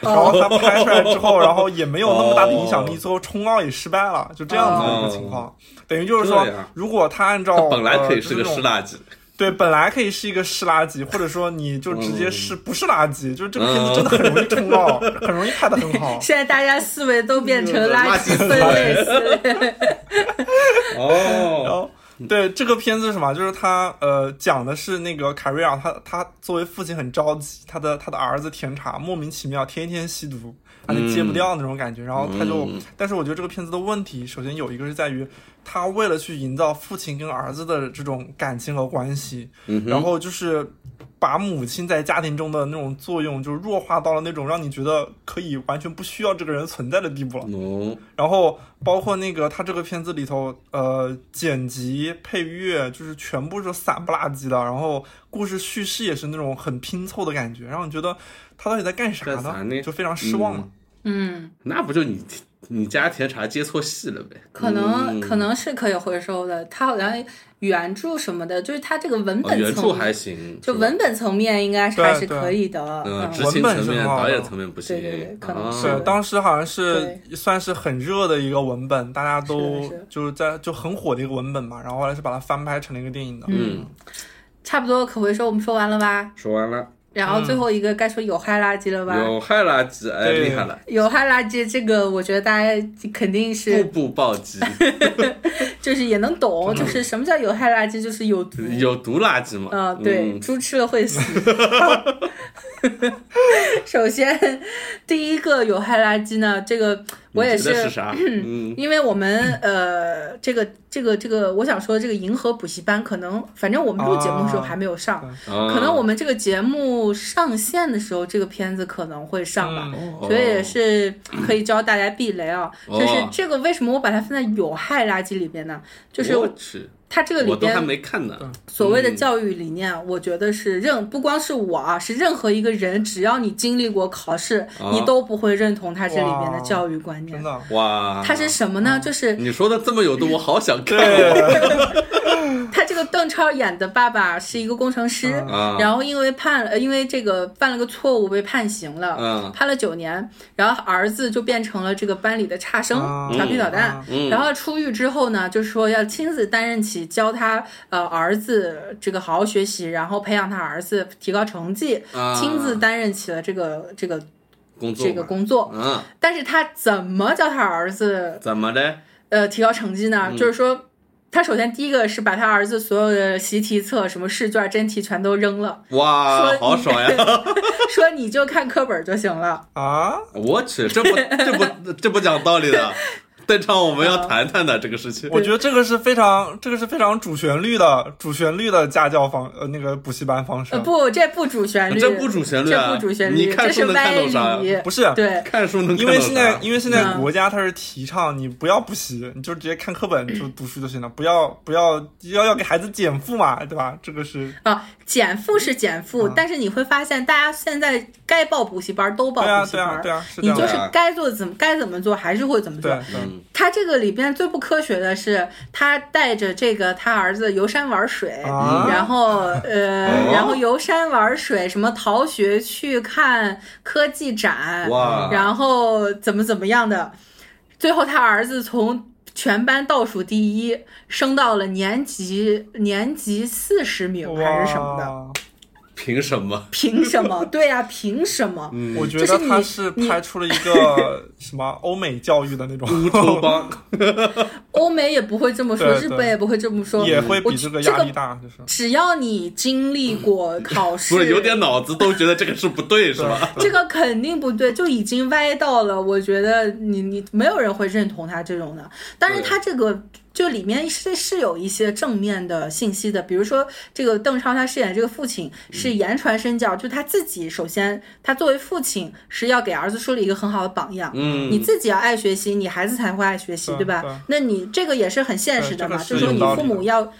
然后它拍出来之后，然后也没有那么大的影响力，
哦
最后冲奥也失败了，就这样子的一个情况。等于就是说
这样，
如果它按
哦他
照
本来可以是个
呃就是那种
湿垃圾，
对，本来可以是一个湿垃圾，或者说你就直
嗯
接是不是垃圾，就是这个片子真的很容易冲到，很容易拍的很好
现在大家思维都变成垃圾分类
垃
思维。
然
哦，
后，对这个片子是什么？就是他呃讲的是那个凯瑞尔，他他作为父亲很着急，他的他的儿子甜茶莫名其妙天天吸毒，而且
嗯
戒不掉那种感觉。然后他就，但是我觉得这个片子的问题，首先有一个是在于他为了去营造父亲跟儿子的这种感情和关系，
嗯
然后就是把母亲在家庭中的那种作用，就弱化到了那种让你觉得可以完全不需要这个人存在的地步了。
哦，
然后包括那个他这个片子里头，呃，剪辑、配乐就是全部是散不拉几的，然后故事叙事也是那种很拼凑的感觉，让你觉得他到底在干啥
干啥呢
呢？就非常失望嘛。
嗯，
那不就你你家甜茶接错戏了呗？
可
嗯
嗯
能可能是可以回收的。它好像原著什么的，就是它这个文
哦，
本
原著
层
还行，
就是
吧
文本层面应该是
对
还是
对
可以的。
嗯，
嗯
执行层面、
文本是很好的
导演层面不行，
对对对可能
啊
是
对，当时好像是
对
算是很热的一个文本，大家
是
都
的是
就是在就很火的一个文本嘛，然后后来是把它翻拍成了一个电影的。
嗯，
差不多可回收，我们说完了吧？
说完了，
然后最后一个该说有害垃圾了吧？
嗯有害垃圾，哎，
对
厉害了，
有害垃圾这个，我觉得大家肯定
步
是
步暴
<laughs>
击，
就是也能懂，就是什么叫有害垃圾，就是有毒。
有毒垃圾嘛？
嗯，对，
嗯
猪吃了会死。 <laughs> 首先，第一个有害垃圾呢，这个我也
你觉得是
<clears throat>
啥？嗯，
因为我们呃，这个这个这个，我想说这个银河补习班，可能反正我们录节目的时候
啊
还没有上，
可
可能我们这个节目上线的时候，这个片子可能会上吧。
嗯
所以也是可以教大家避雷啊，
哦
就是这个为什么我把它分在有害垃圾里边呢？就是
我去，
它这个里
我都还
边
没嗯看呢，
嗯
所谓的教育理念，我觉得是任不光是我啊，是任何一个人，只要你经历过考试，
啊哦
你都不会认同它这里边的
哇
教育观念
真。的，
哇，
它是什么
嗯
呢？就是
你说的这么有毒，我好想看
对，
他这个邓超演的爸爸是一个工程师，
嗯
啊，
然后因为判呃因为这个犯了个错误被判刑了，
嗯
判了九年，然后儿子就变成了这个班里的差生，
啊
调皮捣蛋。
啊
嗯
然后出狱之后呢，就是说要亲自担任起己教他呃儿子这个好好学习，然后培养他儿子提高成绩，
啊
亲自担任起了这个这个
工作
这个
嘛
工作。
嗯，
但是他怎么教他儿子
怎么的？
呃提高成绩呢？
嗯
就是说，他首先第一个是把他儿子所有的习题册、什么试卷、真题全都扔了，
哇，
说
好爽呀！
说你就看课本就行了。
啊，
<laughs> 我去，这不这不这不讲道
<laughs>
理的。邓超，我们要谈谈的这个
嗯
事情。
我觉得这个是非常，这个是非常主旋律的，主旋律的家教方呃那个补习班方式，
呃，不，这不主旋律，
嗯这不主旋律啊
这不主旋律，
你看
这
书
是
能看
歪
懂啥
理。
不是，
对，
看书能看
因
懂
为现在
啥
因为现在
嗯
国家它是提倡你不要补习，你就直接看课本就读书就行了，不要不要要要给孩子减负嘛，对吧？这个是
啊，减负是减负，
嗯
啊
但是你会发现，大家现在该报补习班都报
对啊
补习
对
班，
啊对啊，是这
你
样
就
的，
是该做怎么该怎么做还是会嗯怎么
对
做。
对，
嗯
他这个里边最不科学的是，他带着这个他儿子游山玩水，
啊
嗯然后呃，
哦
然后游山玩水，什么逃学去看科技展，
哇，
嗯然后怎么怎么样的，最后他儿子从全班倒数第一升到了年级年级四十名还是什么的，
哇
凭什么？
凭什么？对呀、凭什么？
嗯，
我觉
就
得
是
他
你
是
你
拍出了一
<laughs>
个什么欧美教育的那种，
乌托邦，
欧美也不会这么说，
对
日
对
本也不会这么 <laughs> 说，
也会
我
比这个
这
压
个
力大，就是
只要你经历过考试，
不是有点脑子都觉得这个是不对， <laughs> 是吧？
这个肯定不对，就已经歪到了。我觉得你你没有人会认同他这种的，但是
对
他这个就里面是是有一些正面的信息的，比如说这个邓超他饰演这个父亲是言传身教，就他自己首先他作为父亲是要给儿子树立一个很好的榜样。
嗯，
你自己要爱学习，你孩子才会爱学习，
对啊
对吧？
对
那你这个也是很现实的嘛，
对
就
这
是说
个是
你
有道理
父母要。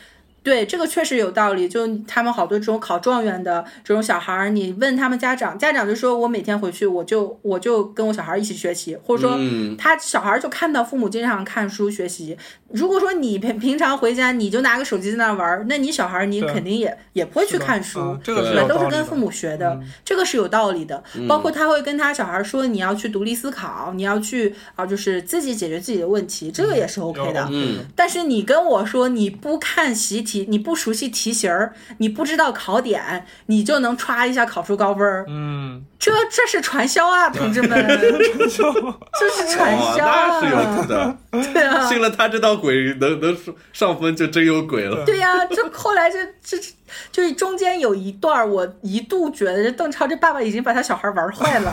对，这个确实有道理。就他们好多这种考状元的这种小孩儿，你问他们家长，家长就说我每天回去，我就我就跟我小孩儿一起学习，或者说
嗯
他小孩儿就看到父母经常看书学习。如果说你平平常回家你就拿个手机在那儿玩儿，那你小孩儿你
对
肯定也也不会去
是的
看书，
嗯这个
对
是
对吧
有
都
道
是
理
跟
的嗯
父母学的，这个是有道理的。包括他会跟他小孩说，你要去独立思考，你要去啊，就是自己解决自己的问题，这个也是 OK 的。
有
嗯，
但是你跟我说你不看习题，你不熟悉题型儿，你不知道考点，你就能歘一下考出高分儿，
嗯，
这这是传销啊，同志们，这 <laughs> 是传
哇，
销
那
哦
是有
啊
问，题的。
<laughs> 对啊，
信了他这道鬼，能能上分就真有鬼了。
对呀、这后来这这这就是中间有一段儿，我一度觉得这邓超这爸爸已经把他小孩玩坏了，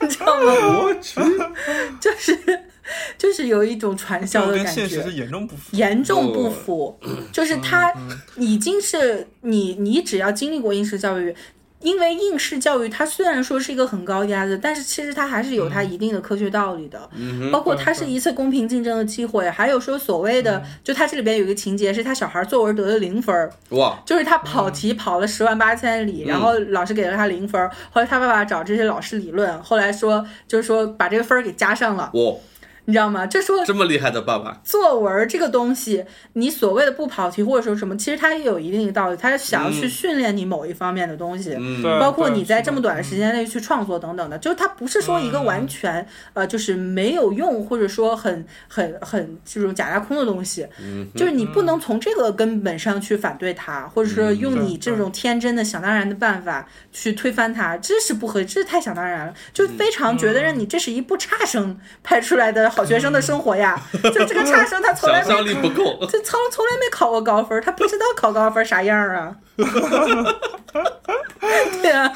你知道吗？
我去，
就是就是有一种传
这
销的
个跟
感
现实
觉
是。严重不符。
严重不符，
呃
就是他
嗯
已经是你，你只要经历过应试教育，因为应试教育它虽然说是一个很高压的，但是其实它还是有它一定的科学道理的，
嗯
包括
对
它是一次公平竞争的机会，还有说所谓
嗯
的，就它这里边有一个情节是他小孩作文得了零分儿，
哼，哇，
就是他跑题
嗯
跑了十万八千里，然后老师给了他零分儿，后来他爸爸找这些老师理论，后来说就是说把这个分儿给加上了，
哇，
你知道吗？这说
这么厉害的爸爸，
作文这个东西，你所谓的不跑题或者说什么，其实它也有一定的道理，它是想要去训练你某一方面的东西。
嗯，
对
包括你在
是的
这么短的时间内去创作等等的，就是它不是说一个完全、呃，就是没有用或者说很很很这种假大空的东西，
嗯嗯
就是你不能从这个根本上去反对它，或者说用你这种天真的想当然的办法去推翻它，这是不合，这太想当然了，就
嗯
非常觉得让你这是一部差生拍出来的好学生的生活呀，
嗯
就这个差生他从来
<laughs> 想
没
象力不够。
这从从来没考过高分，他不知道考高分啥样
<laughs>
啊。对啊，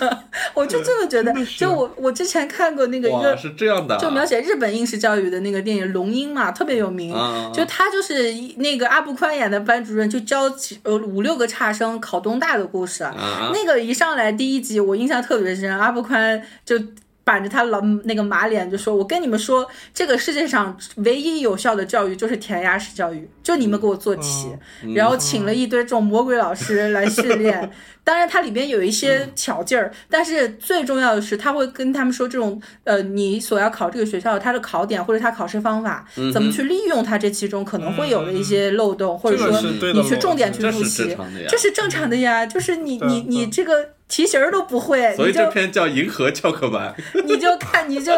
我就这么觉得。就我我之前看过那个一
哇，
个
是这样的啊，
就描写日本应试教育的那个电影《龙樱》嘛，特别有名。
啊，
就他就是一那个阿部宽演的班主任，就教几呃五六个差生考东大的故事。
啊，
那个一上来第一集，我印象特别深，阿布宽就。板着他老那个马脸就说：“我跟你们说，这个世界上唯一有效的教育就是填鸭式教育，就你们给我做题。
嗯
然后请了一堆这种魔鬼老师来训练。当然，它里边有一些巧劲儿，但是最重要的是，他会跟他们说这种呃，你所要考这个学校它的考点或者它考试方法，
嗯
怎么去利用它这其中可能会有的一些漏洞，或者
这个
说
是对
你
的逻辑，
去重点去
这
复
是
习
正。常的呀
这。是正常的呀，就是你
嗯对
你
对
你这个题型儿都不会，
所以
你就哦
这篇叫《银河教科版》。
你就看你
<laughs>
就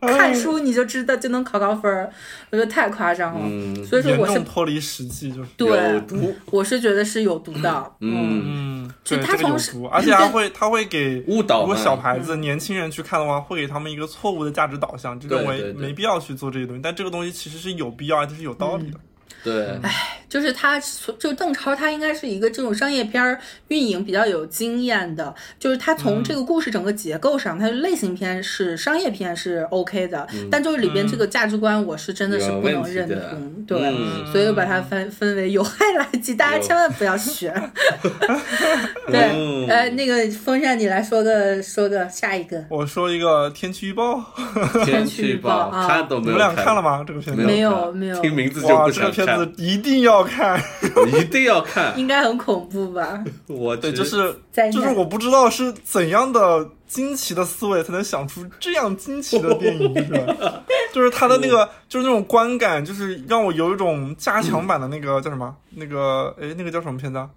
看书，你就知道就能考高分儿，我觉得太夸张了。
嗯，
所以说
严
我是
重脱离实际，就是
有
对，
毒。
我是觉得是有毒的。
嗯，哦嗯
嗯，
就
对，
他
这个有
同时
毒，而且还会他会给
误导
如果
嘛。
小孩子、年轻人去看的话，会给他们一个错误的价值导向，就认
对
为
对对
没必要去做这些东西。但这个东西其实是有必要，而且是有道
嗯
理的。
对，
哎就是他，就邓超，他应该是一个这种商业片儿运营比较有经验的。就是他从
嗯
这个故事整个结构上，他的类型片是商业片是 OK 的，但就是里边
嗯
这个价值观，我是真的是不能认
嗯有问
同。对，
嗯
所以我把它分分为有害垃圾，大家千万不要
<laughs>
学。对，
嗯
呃，那个风扇，你来说个说个下一个。
我说一个天气预报，
天
气
气
预报啊
看都
你
没
们
有
俩看了
吗？
吗？这个片子
没有
看
没有
听名字就
哇，
不
这个
想
片
看，
子一定要看。
一定要看。
应该很恐怖吧？
我
对，
去
就是
灾难
就是我不知道是怎样的惊奇的思维才能想出这样惊奇的电影，是吧？就是他的那个就是那种观感，就是让我有一种加强版的那个叫什么？那个哎，那个叫什么片子啊？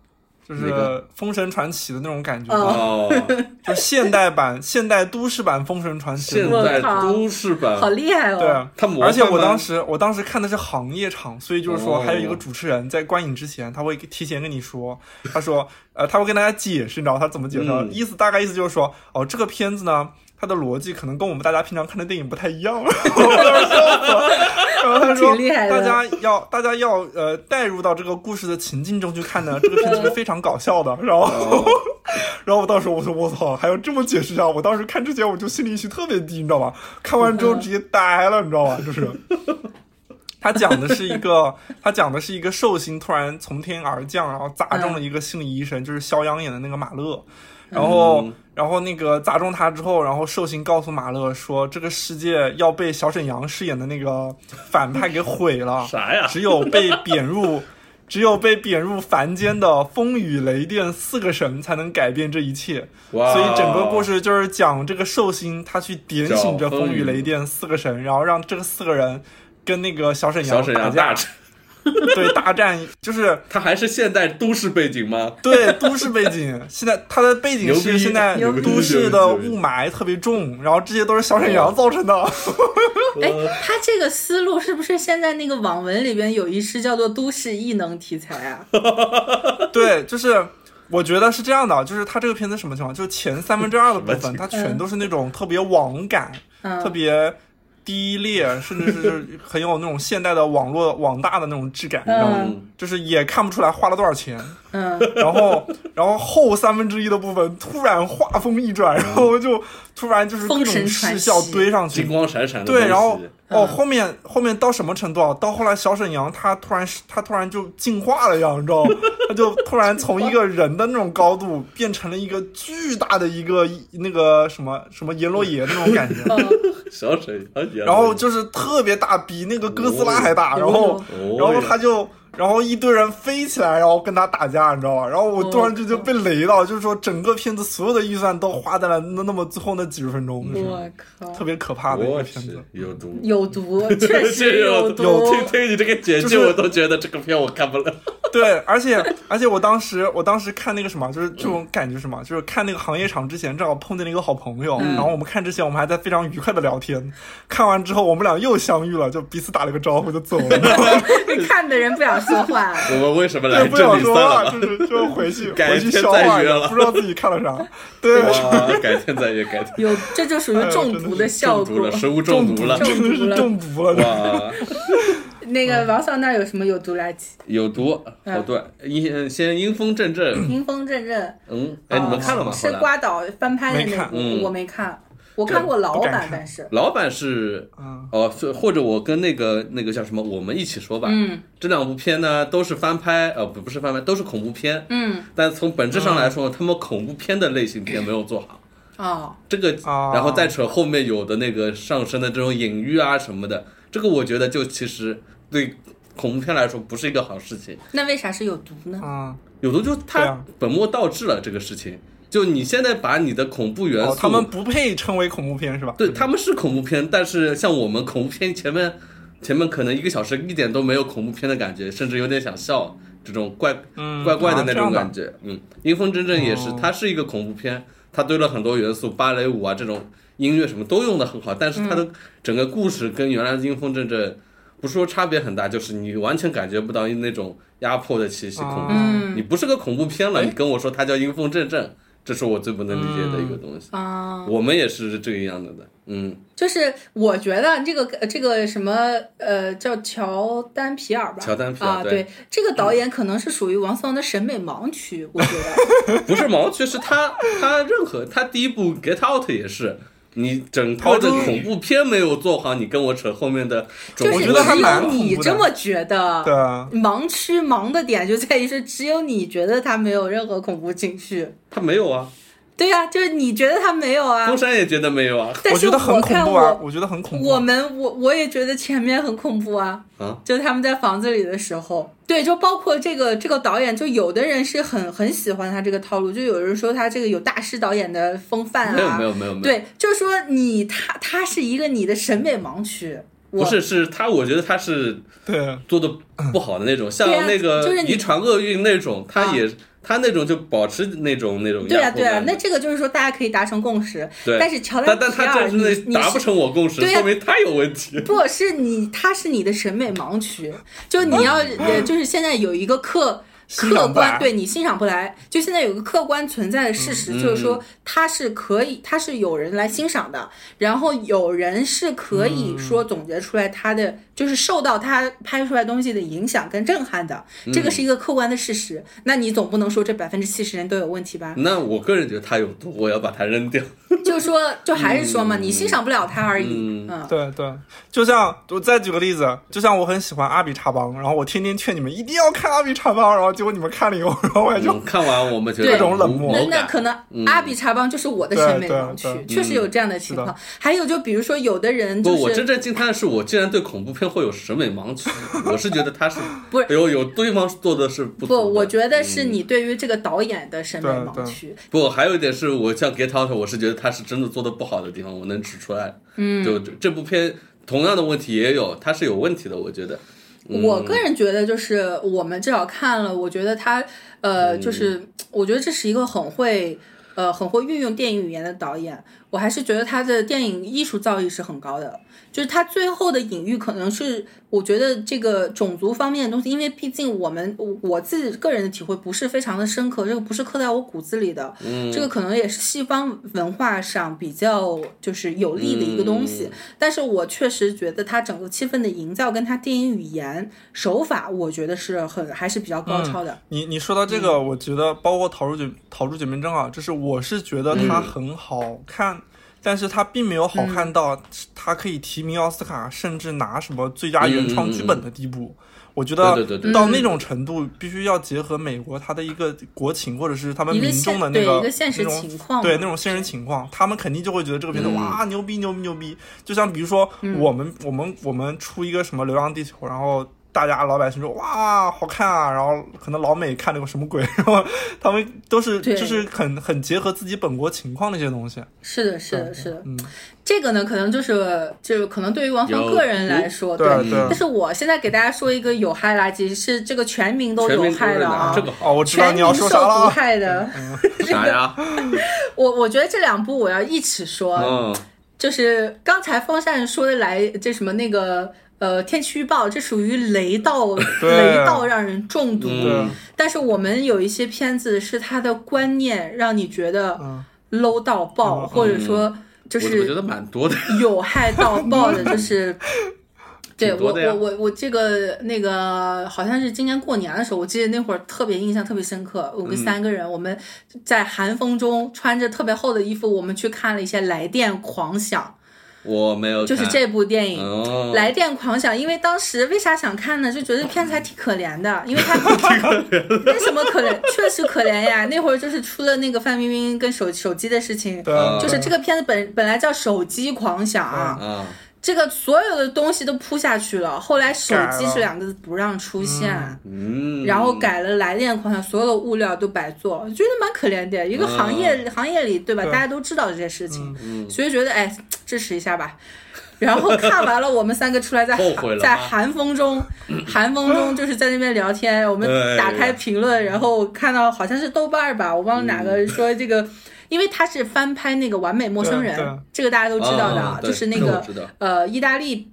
就是
哪
《
个
封神传奇》的那种感觉，
哦 <laughs>
哦，
就是现代版、现代都市版《封神传奇》的
现
那种。
在
我靠
都市
好
版，
厉害哦！
对，啊
他模
而且
范
我
吗
当时，我当时看的是行业场，所以就是说，
哦
还有一个主持人在观影之前，他会提前跟你说，他说，呃，他会跟大家解释，你知道他怎么解释吗？
嗯
意思大概意思就是说，哦，这个片子呢，它的逻辑可能跟我们大家平常看的电影不太一样。我当时笑死了然后他说
挺厉害，的
大家要大家要呃带入到这个故事的情境中去看呢，这个片子是非常搞笑的。然后，
哦
<laughs> 然后我当时我说我操，还要这么解释啊！我当时看之前我就心理预期特别低，你知道吧？看完之后直接呆了，你知道吧？就是。他讲的是一个，他讲的是一个寿星突然从天而降，然后砸中了
嗯
一个心理医生，就是肖央演的那个马乐，然后，
嗯
然后那个砸中他之后，然后寿星告诉马乐说，这个世界要被小沈阳饰演的那个反派给毁了，
啥呀？
只有被贬入，只有被贬入凡间的风雨雷电四个神才能改变这一切。
哇！哦
所以整个故事就是讲这个寿星他去点醒这
叫
风
风
雨
雨
雷电四个神，然后让这个四个人跟那个小沈
小
阳
沈
打
阳大
架，
战，
对大战，就是
他还是现代都市背景
<laughs>
吗？
对，都市背景，现在它的背景
牛
是
逼
现在
牛逼
都市的雾霾特别重，然后这些都是小沈阳造成的。 <laughs>
哎，他这个思路是不是现在那个网文里边有一诗叫做“都市异能题材”
<laughs>
啊？
对，就是我觉得是这样的，就是它这个片子什么情况？就是前三分之二的部
什么
分，
情
它全都是那种特别网感、特
嗯，
别低劣，甚至是很有那种现代的网络网大的那种质感，你知道吗？
嗯
就是也看不出来花了多少钱。
嗯，
然后，然后后三分之一的部分突然画风一转，然后
嗯
就突然就是各
风
种
神
视
传
效
奇
堆上去
金，光闪闪的
对，然后
东西嗯
哦，后面后面到什么程度啊？到后来小沈阳他突然是他突然就进化了呀，你知道吗？ <laughs> 他就突然从一个人的那种高度变成了一个巨大的一个那个什么什么阎罗爷那种感觉，
嗯
小沈阳哎也，
<laughs> 然后就是特别大，比那个哥斯拉还大，
哦
然后
哦
然后他就。然后一堆人飞起来，然后跟他打架，你知道吧？然后我突然就就被雷到，就是说整个片子所有的预算都花在了那那么最后那几十分钟，就是
我靠
特，别可怕的一个
我
片子
去。有毒。
有
<laughs>
毒，确
这
实有毒。
有
听听你这个解
就是
释，我都觉得这个片我看不了。
对，而且而且我当时我当时看那个什么，就是这种感觉什么，就是看那个行业场之前，正好碰见了一个好朋友，
嗯
然后我们看之前我们还在非常愉快的聊天，看完之后我们俩又相遇了，就彼此打了个招呼就走了，
<laughs> 看的人不想说话。
我们为什么
也
来
不
这
想
里
说
算
话，
了？
就是就回去
改
回去
天
消
再
化一
约
下
了
不知道自己看了啥，对，
哇，改天再约，改天
有，这就属于中毒的效
中毒
果
了，。食物
<laughs> 中
毒了，
中
真的
毒
是
了
中毒了，
哇，
那个王嫂那儿有什么有毒垃圾？
有毒，
嗯
好对，阴先阴风阵阵，
阴风阵阵，
嗯，哎，你们看了吗？后
是
来
瓜导翻拍的那部，
没看嗯
我没看，我看过老
不敢
版
看，
但是
老板是
嗯，
哦，是或者我跟那个那个叫什么，我们一起说吧。
嗯，
这两部片呢都是翻拍，呃，不不是翻拍，都是恐怖片。
嗯，
但从本质上来说，他们恐怖片的类型片没有做好。
哦，
这个，
啊
然后再扯后面有的那个上升的这种隐喻啊什么的，这个我觉得就其实对恐怖片来说不是一个好事情。
那为啥是有毒呢？
嗯，
有的就
对
他
啊
本末倒置了这个事情，就你现在把你的恐怖元素，
哦，他们不配称为恐怖片是吧？
对，他们是恐怖片，但是像我们恐怖片前面 <laughs> 前面可能一个小时一点都没有恐怖片的感觉，甚至有点想笑，这种怪
嗯
怪怪的那种
啊这样的
感觉。嗯，阴风真正也是
哦，
它是一个恐怖片，它堆了很多元素，芭蕾舞啊这种音乐什么都用的很好，但是它
嗯
的整个故事跟原来的《阴风阵阵》不是说差别很大，就是你完全感觉不到那种压迫的气息，
哦
恐怖。
嗯
你不是个恐怖片
哎
了，你跟我说它叫《阴风阵阵》，这是我最不能理解的一个东西。
啊，
我们也是这个样子的，嗯，
就是我觉得这个呃这个什么呃叫乔丹皮尔吧，
乔丹皮尔
啊，
对
对，这个导演可能是属于王思王的审美盲区，我觉
<laughs>
得
不是毛区，是他他任何他第一部《Get Out》也是。你整套的恐怖片没有做好，你跟我扯后面的种
就
族
是
我觉得还
只
蛮
有
恐怖的
你这么觉得，
对啊，
盲区盲的点就在于是只有你觉得他没有任何恐怖情绪，
他没有啊，
对呀、就是你觉得他没有啊
中，山也觉得没有啊，
但
我
是
觉得很恐
看
怖啊，
我
我觉得很恐怖
我
啊。
们我我也觉得前面很恐怖啊，
啊，
就他们在房子里的时候，对，就包括这个这个导演，就有的人是很很喜欢他这个套路，就有人说他这个有大师导演的风范啊，
没有没有没有没有，
对，就是说你他他是一个你的审美盲区，我
不是是他，我觉得他是
对，
做的不好的那种，像
对啊
那个
就是你
遗传厄运那种，他
啊
也他那种就保持那种那种
对啊
压迫
对啊
感，
那这个就是说大家可以达成共识，
对
但是乔丹
但
皮
但他
尔
真的
你你
达
是
不成我共识，
对啊
说明他有问题。
不是你，他是你的审美盲区，就你要，呃，就是现在有一个客
欣
客
赏不来
观，对你欣赏不来，就现在有个客观存在的事实，
嗯
就是说他是可以，他是有人来欣赏的，然后有人是可以说总结出来他的，就是受到他拍出来东西的影响跟震撼的，这个是一个客观的事实。那你总不能说这百分之七十人都有问题
<laughs>
<laughs>
吧？
那我个人觉得他有毒，我要把他扔掉。
就说，就还是说嘛，你欣赏不了他而已，嗯。
对对，就像我再举个例子，就像我很喜欢阿比查邦，然后我天天劝你们一定要看阿比查邦，然后结果你们看了以后，然后我 <laughs> 也就、
嗯看完我们觉得
对
这种冷漠
无
那
无
那
感嗯
可能阿比查邦就是我的审美盲区
对对，
确实有这样的情
是
况。还有就比如说有的人就
不，我真
是
正惊叹的是，我竟然对恐怖片会有审美盲区。 <laughs> 我是觉得他是哎
不是
有有对方做的是不
不，
足的嗯
我觉得是你对于这个导演的审美
对
盲
对
区。
不，还有一点是我像《Get Out》，我是觉得他是真的做的不好的地方，我能指出来。嗯，就这这部片同样的问题也有，它是有问题的，我觉得。嗯
我个人觉得就是我们至少看了，我觉得他呃，
嗯
就是我觉得这是一个很会。呃，很会运用电影语言的导演，我还是觉得他的电影艺术造诣是很高的。就是他最后的隐喻，可能是我觉得这个种族方面的东西，因为毕竟我们我我自己个人的体会不是非常的深刻，这个不是刻在我骨子里的，
嗯
这个可能也是西方文化上比较就是有利的一个东
嗯
西。但是我确实觉得它整个气氛的营造跟它电影语言手法，我觉得是很还是比较
嗯
高超的。
你你说到这
嗯
个，我觉得包括《逃出绝逃出绝命镇》啊，就是我是觉得
嗯
它很好看。但是它并没有好看到它可以提名奥斯卡，甚至拿什么最佳原创
嗯
剧本的地步。我觉得
对对对对
到那种程度，必须要结合美国它的一个国情，或者是他们
一个
民
现
众的
对
那个
一个现实
那种
情况
对
嘛
那种现实情况，他们肯定就会觉得这个片子、
嗯
哇牛逼牛逼牛逼。就像比如说
嗯
我们、我们我们出一个什么《流浪地球》，然后大家老百姓说哇好看啊，然后可能老美看了个什么鬼，然后他们都是
对哦
就是很很结合自己本国情况的一些东西。
是的，是的，是的。
嗯，
这个呢，可能就是就是可能对于王芳
有
个人来说，
对啊对
但
<laughs>
是我现在给大家说一个有害垃圾，是这个全民都
全
有
民都
害
是
的
拿
啊，
这个好
哦，我知道
全
你
民
要
受
说啥
毒
了。嗯
害的。
啥呀？
我我觉得这两部我要一起说，
嗯，
就是刚才风扇说的来，这什么那个呃天气预报，这属于雷到
对
雷到让人中毒。
嗯
但是我们有一些片子是它的观念让你觉得
嗯，
low 到爆，或者说就
嗯我我觉
是
得蛮多的。
<laughs> 有害
<laughs>
到爆的，就是。对
挺
我
多的呀
我我我这个那个好像是今年过年的时候，我记得那会儿特别印象特别深刻。
嗯
我们三个人，我们在寒风中穿着特别厚的衣服，我们去看了一些《来电狂想》。
我没有看，
就是这部电影。
哦，
来电狂想，因为当时为啥想看呢？就觉得片子还挺可怜的，因为
<laughs>
他为什么可怜？确实可怜呀！那会儿就是出了那个范冰冰跟手手机的事情，
对，啊
嗯
就是这个片子本本来叫《手机狂想》啊，
啊，
这个所有的东西都铺下去了。后来“手机
改”了
这两个字不让出现，
嗯，
然后改了来电狂想，所有的物料都白做，我觉得蛮可怜的。一个行业、
嗯
行业里，对吧？
对
大家都知道这些事情，所以觉得哎，支持一下吧。然后看完了，我们三个出来在
<laughs> 后悔了
在
啊
寒风
<laughs>
中，寒风中就是在那边聊天。我们
哎呀嗯
打开评论，然后看到好像是豆瓣儿吧，我忘了哪个说这个。因为它是翻拍那个《完美陌生人
对对》，
这个大家都知道的
啊对
就是那
这我
个
知道
呃意大利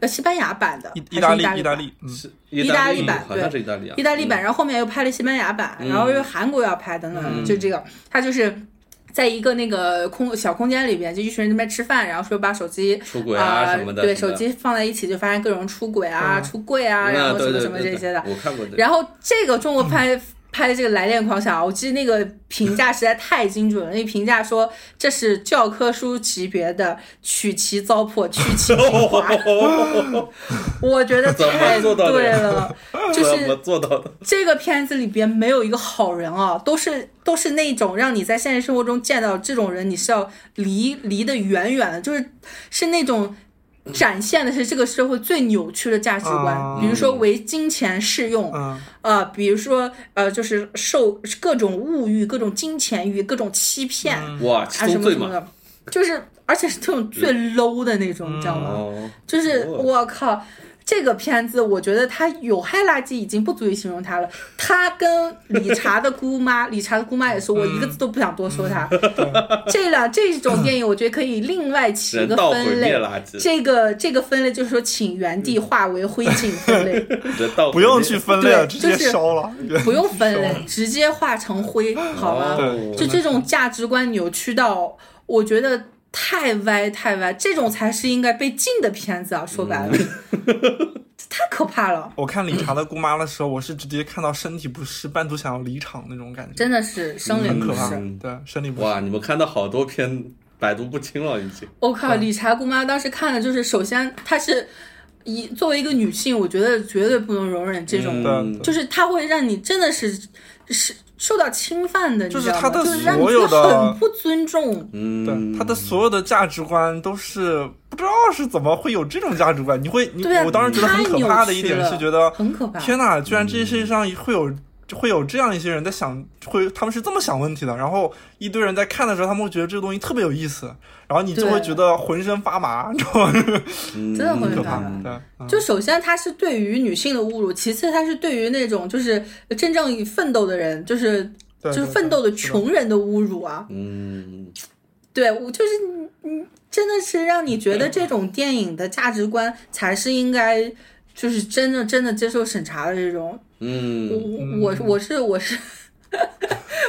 呃西班牙版的，
意
还是
意大利
意
意
大
大
利
利，嗯，
是
意大利版
好像是意大利啊，
意大利版，然后后面又拍了西班牙版，
嗯
然后又韩国要拍等等，
嗯
就这个，他就是在一个那个空小空间里边，就一群人在那边吃饭，然后说把手机
嗯出轨啊
呃
什么的，
对，
什
手
么的
机放在一起就发现各种出轨啊、
嗯
出柜啊，
嗯
然后什
对
么
对
什么
对
这
对
些的。
我看过这个，
然后这个中国拍、 <clears throat> 拍的这个《来电狂想》，我记得那个评价实在太精准了，那个评价说这是教科书级别的取其糟粕，去
<laughs>
其精华。
哦
我觉得
怎么
太
做到的
对
呀
了， <laughs> 就
<laughs> 怎
是
么做到的？
这个片子里边没有一个好人啊，都是都是那种让你在现实生活中见到这种人，你是要离离得远远的，就是是那种展现的是这个社会最扭曲的价值观，
啊
比如说为金钱适用，
嗯，
呃，比如说呃，就是受各种物欲、各种金钱欲、各种欺骗、
嗯
哇，
啊什
宗
么
罪
什么
嘛，
的，就是而且是这种最 low 的那种，你知道吗？
哦，
就是
哦
我靠，这个片子我觉得它有害垃圾已经不足以形容它了。它跟理查的姑妈， <laughs> 理查的姑妈也是，我
嗯
一个字都不想多说它。这两这种电影，我觉得可以另外起一
人
个
道毁
分
灭嗯
类。
垃圾，
这个这个分类就是说，请原地化为灰烬分
<laughs>
类，
人道
不
毁
用
灭
去分类了，
对
直
就是
接烧了。 <laughs>
不用分类，直接化成灰，好吗？
哦
就这种价值观扭曲到，我觉得太歪太歪，这种才是应该被禁的片
嗯
子啊！说白了， <laughs> 这太可怕了，
我看理查的姑妈的时候，我是直接看到身体不适，半途想要离场那种感觉，
真的嗯是生灵
嗯很
不
可怕
适。。
对，生理不适。
哇，你们看到好多篇百毒不侵了，已经。
我靠，理查姑妈当时看的就是，首先她是一作为一个女性，我觉得绝对不能容忍这种，
嗯
对
就是她会让你真的是是受到侵犯的，你
就是
知道吗？
她的
就是让你
所
觉得
有的
很不尊重。
嗯，
对，他的所有的价值观都是不知道是怎么会有这种价值观。你会，你
对啊，
我当时觉得很可怕的一点
太扭曲了
是
啊
觉得，
很可怕。
天哪，居然这些世界上会有。会有这样一些人在想，会他们是这么想问题的，然后一堆人在看的时候，他们会觉得这个东西特别有意思，然后你就
对
会觉得浑身发麻，你知道吗？ <laughs>
真
真的会
可
发
怕
麻。
对，嗯
就首先，它是对于女性的侮辱；其次，它是对于那种就是真正奋斗的人，就是
对
就是
对
奋斗的
是的
穷人的侮辱啊！
嗯，
对我就是嗯，真的是让你觉得这种电影的价值观才是应该就是真的真的接受审查的这种。我
嗯，
我我是我
<laughs>
是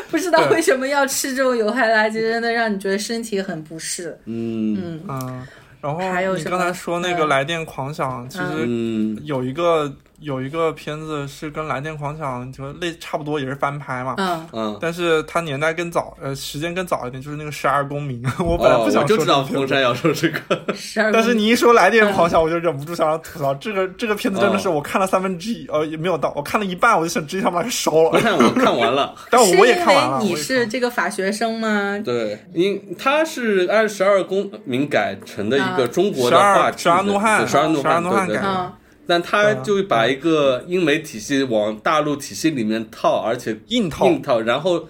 不知道
对
为什么要吃这种有害垃圾，真的让你觉得身体很不适。
嗯，
嗯，
嗯，然后
还有
你
什
刚
么
才说那个
嗯
《来电狂想》，其实
嗯，
有一个有一个片子是跟《来电狂想》就类差不多，也是翻拍嘛。
嗯，
啊，
但是它年代更早，呃，时间更早一点，就是那个《十二公民》。 <laughs> 我本来
哦，
不想
我就
说这
知
个
道
片
风
子，
山要说这个， <laughs>
十二。
但是你一说《来电狂想》，
嗯
我就忍不住想要吐槽这个这个片子真的是
哦
我看了三分之一，呃，也没有到，我看了一半我就想直接想把它烧了
不。看我看完了，
但
是
哦我也
因
看完了，
为
我
你
也
是
看
这个法学生吗？
<laughs> 对，因他是按十二公民改成的一个
啊
中国
十
的
二
话剧
十二怒汉啊
对十二怒
十二怒汉
对对对
改的。
嗯，
啊
但他就把一个英美体系往大陆体系里面套，而且
硬套
硬套，然后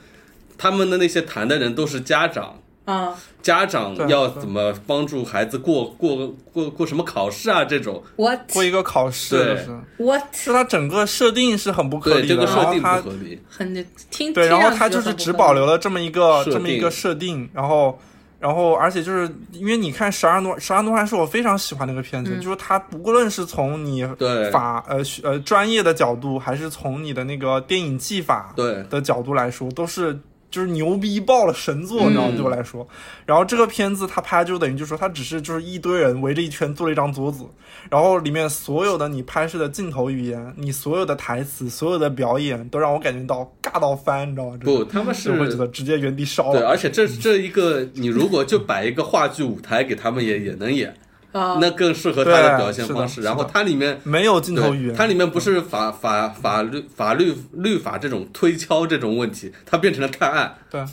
他们的那些谈的人都是家长，
啊，
家长
对
要
对
怎么帮助孩子过过过过什么考试啊这种，
what
过一个考试，
对
就是，
what
就它整个设定是很不合
对
理
这
的，啊
个
然
设
后
定不
它
合理。
很听
对，
听
然后
上去
它就是只保留了这么一个
设
这么一
定
个设定，然后然后而且就是因为你看《十二诺十二诺汉》是我非常喜欢的一个片子，就是它不论是从你
对
法呃学呃专业的角度，还是从你的那个电影技法
对
的角度来说，都是。就是牛逼爆了，神作，你知道吗？
嗯
对我来说，然后这个片子它拍就等于就说它只是就是一堆人围着一圈做了一张桌子，然后里面所有的你拍摄的镜头语言、你所有的台词、所有的表演，都让我感觉到尬到翻，你知道吗？
不，他们
是会觉
是
得直接原地烧
对，啊
了。
而且这这一个，你如果就摆一个话剧舞台给他们也也能演，
啊，
那更适合他的
哦对
表现
是的
方式。
是的
然后它里面
没有镜头
对，
语言，啊嗯
它里面不是法法法律法律律法这种推敲这种问题，它变成了探案，
对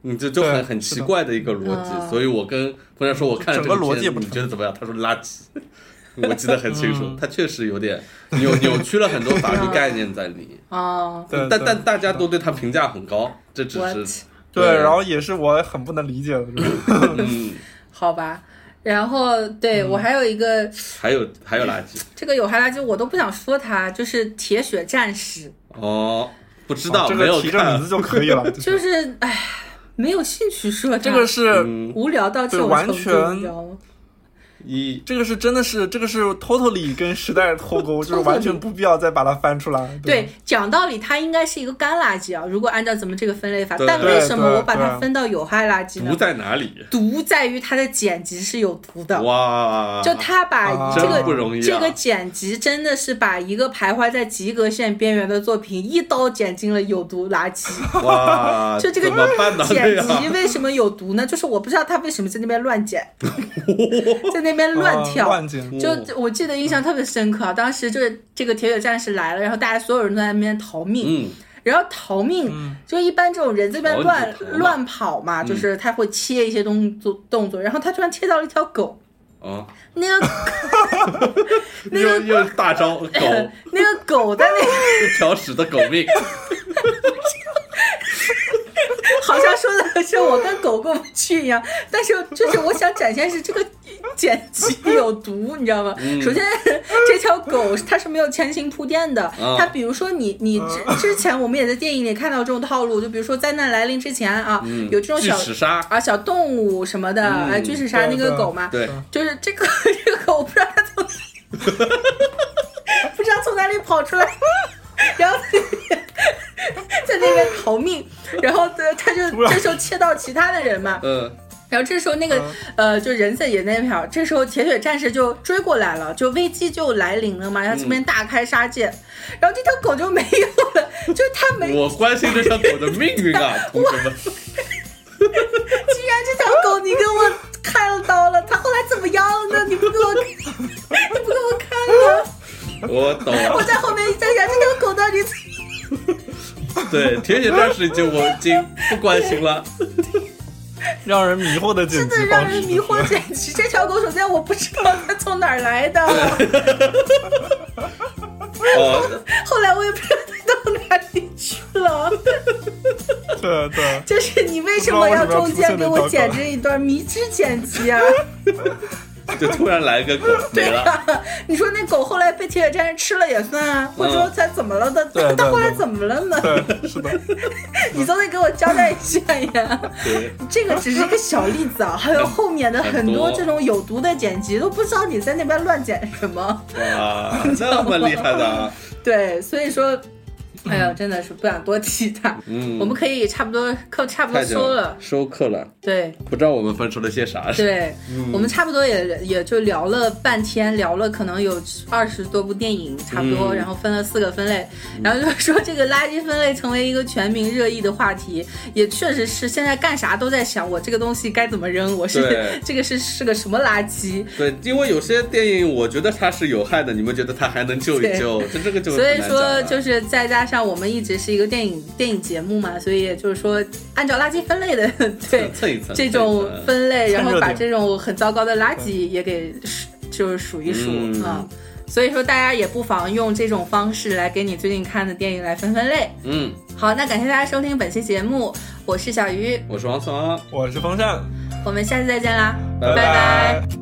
你这就
对
很很
是
奇
的
怪的一个逻
啊
辑。所以我跟冯然说，我看了这
整个逻
片
辑不
你
成嗯
觉得怎么样？他说垃圾。 <laughs> 我记得很清楚，他确实有点
<laughs>
扭扭曲了很多法律概念在里，
啊
对，
但
对
但大家都对他评价很高，这只
，what
是
对，然后也是我很不能理解的，
<laughs>
就是
嗯，
好吧。然后对
嗯
我还有一个
还有还有
<laughs>
垃圾，
这个有害垃圾，我都不想说它，就是铁血战士，
哦，不知道，
这
没
个
有
提这名
看
字。就可以了，就
就是哎，没有兴趣说
这个是
嗯，
无聊到这种
对完
程度
全
你知道吗？
一
这个是真的是这个是 totally 跟时代
<laughs>
脱钩，就是完全不必要再把它翻出来。
对，讲道理，它应该是一个干垃圾啊。如果按照咱们这个分类法，
对
但为什么
对
我把它
对
分到有害垃圾
毒
呢？
在哪里？
毒在于它的剪辑是有毒的，
哇，
就他把
啊
这
真
个
不容易啊！
这个剪辑真的是把一个徘徊在及格线边缘的作品一刀剪进了有毒垃圾。<laughs>
哇，
就这个
怎么办呢？这
剪辑
样
为什么有毒呢？就是我不知道他为什么在那边乱剪，在那边
啊，
乱跳。
乱剪。
就
嗯
我记得印象特别深刻啊，当时就是这个铁血战士来了，然后大家所有人都在那边逃命，
嗯，
然后逃命
嗯，
就一般这种人这边
逃
乱
你就逃吧
乱跑嘛，就是他会切一些动作动作，然后他突然切到了一条狗，
啊，
那个那
又
个
又是大招狗，
<laughs>
一
那个狗在那个
条屎的狗命，
<laughs> 好像说的是我跟狗过不去一样， <laughs> 但是就是我想展现是这个剪辑有毒，你知道吗？
嗯
首先，这条狗它是没有前情铺垫的，
啊
它比如说你你
嗯
之之前我们也在电影里看到这种套路，就比如说灾难来临之前啊，
嗯，
有这种
巨
小
齿鲨，
啊小动物什么的，
嗯
哎，巨齿鲨那
对
个
对
狗嘛，
对，
就是这个 <laughs> 这个狗，我不知道它从， <laughs> 不知道从哪里跑出来，然后在那边 <laughs> 在那边逃命，然后他他就
然
这时候切到其他的人嘛，
嗯，
然后这时候那个、
嗯
呃，就人在也那边儿，这时候铁血战士就追过来了，就危机就来临了嘛，然后这
嗯
边大开杀戒，然后这条狗就没有了，就是它没
我关心这条狗的命运啊，
<laughs>
同学们，
嗯
既然这条狗你给我开了刀了，它后来怎么样呢？你不给我，你不给我看呢？
我懂了
我。在后面在想这条狗到底怎
对，铁血战士已经我已经不关心了。
让人迷惑的剪
真
辑
的让
方
人
式，
迷惑简直。这条狗首先我不知道它从哪儿来
<laughs>
的，
哦，
后来我也不知道它到哪里去
<laughs>
了。
对对，
就是你为什么要中间给我剪这一段迷之剪辑
<laughs>
啊？
就突然来个狗没
<laughs> 对
了。
啊，你说那狗后来被铁血战士吃了也算啊，或者说它怎么了的？
嗯对对
它后来
对
怎么了呢？
对，是的，
<laughs> 你总得给我交代一下呀。
对，
这个只是一个小例子啊，还有后面的很多这种有毒的剪辑，都不知道你在那边乱剪什么。
哇，那么厉害的啊，
对，所以说，哎呀，真的是不想多提他。
嗯，
我们可以差不多课差不多
太久
收了，
收课了，
对
不知道我们分出了些啥。
对，
嗯
我们差不多也也就聊了半天，聊了可能有二十多部电影，差不多，
嗯
然后分了四个分类，然后就是说这个垃圾分类成为一个全民热议的话题，也确实是现在干啥都在想，我这个东西该怎么扔，我是
对
<laughs> 这个是是个什么垃圾，
<laughs> 对，因为有些电影我觉得它是有害的，你们觉得它还能救一
对
救，这这个就
所以
很难讲啊
说，
了
就是再加上我们一直是一个电影电影节目嘛，所以也就是说，按照垃圾分类的 <laughs> 对
蹭一蹭
这种
蹭一蹭
分类，然后
蹭热
把
点
这种很糟糕的垃圾也给数就是数一数
嗯
啊。所以说，大家也不妨用这种方式来给你最近看的电影来分分类。
嗯，
好，那感谢大家收听本期节目，我是小鱼，
我是王松啊，
我是风扇，
我们下次再见啦，
拜
拜
拜
拜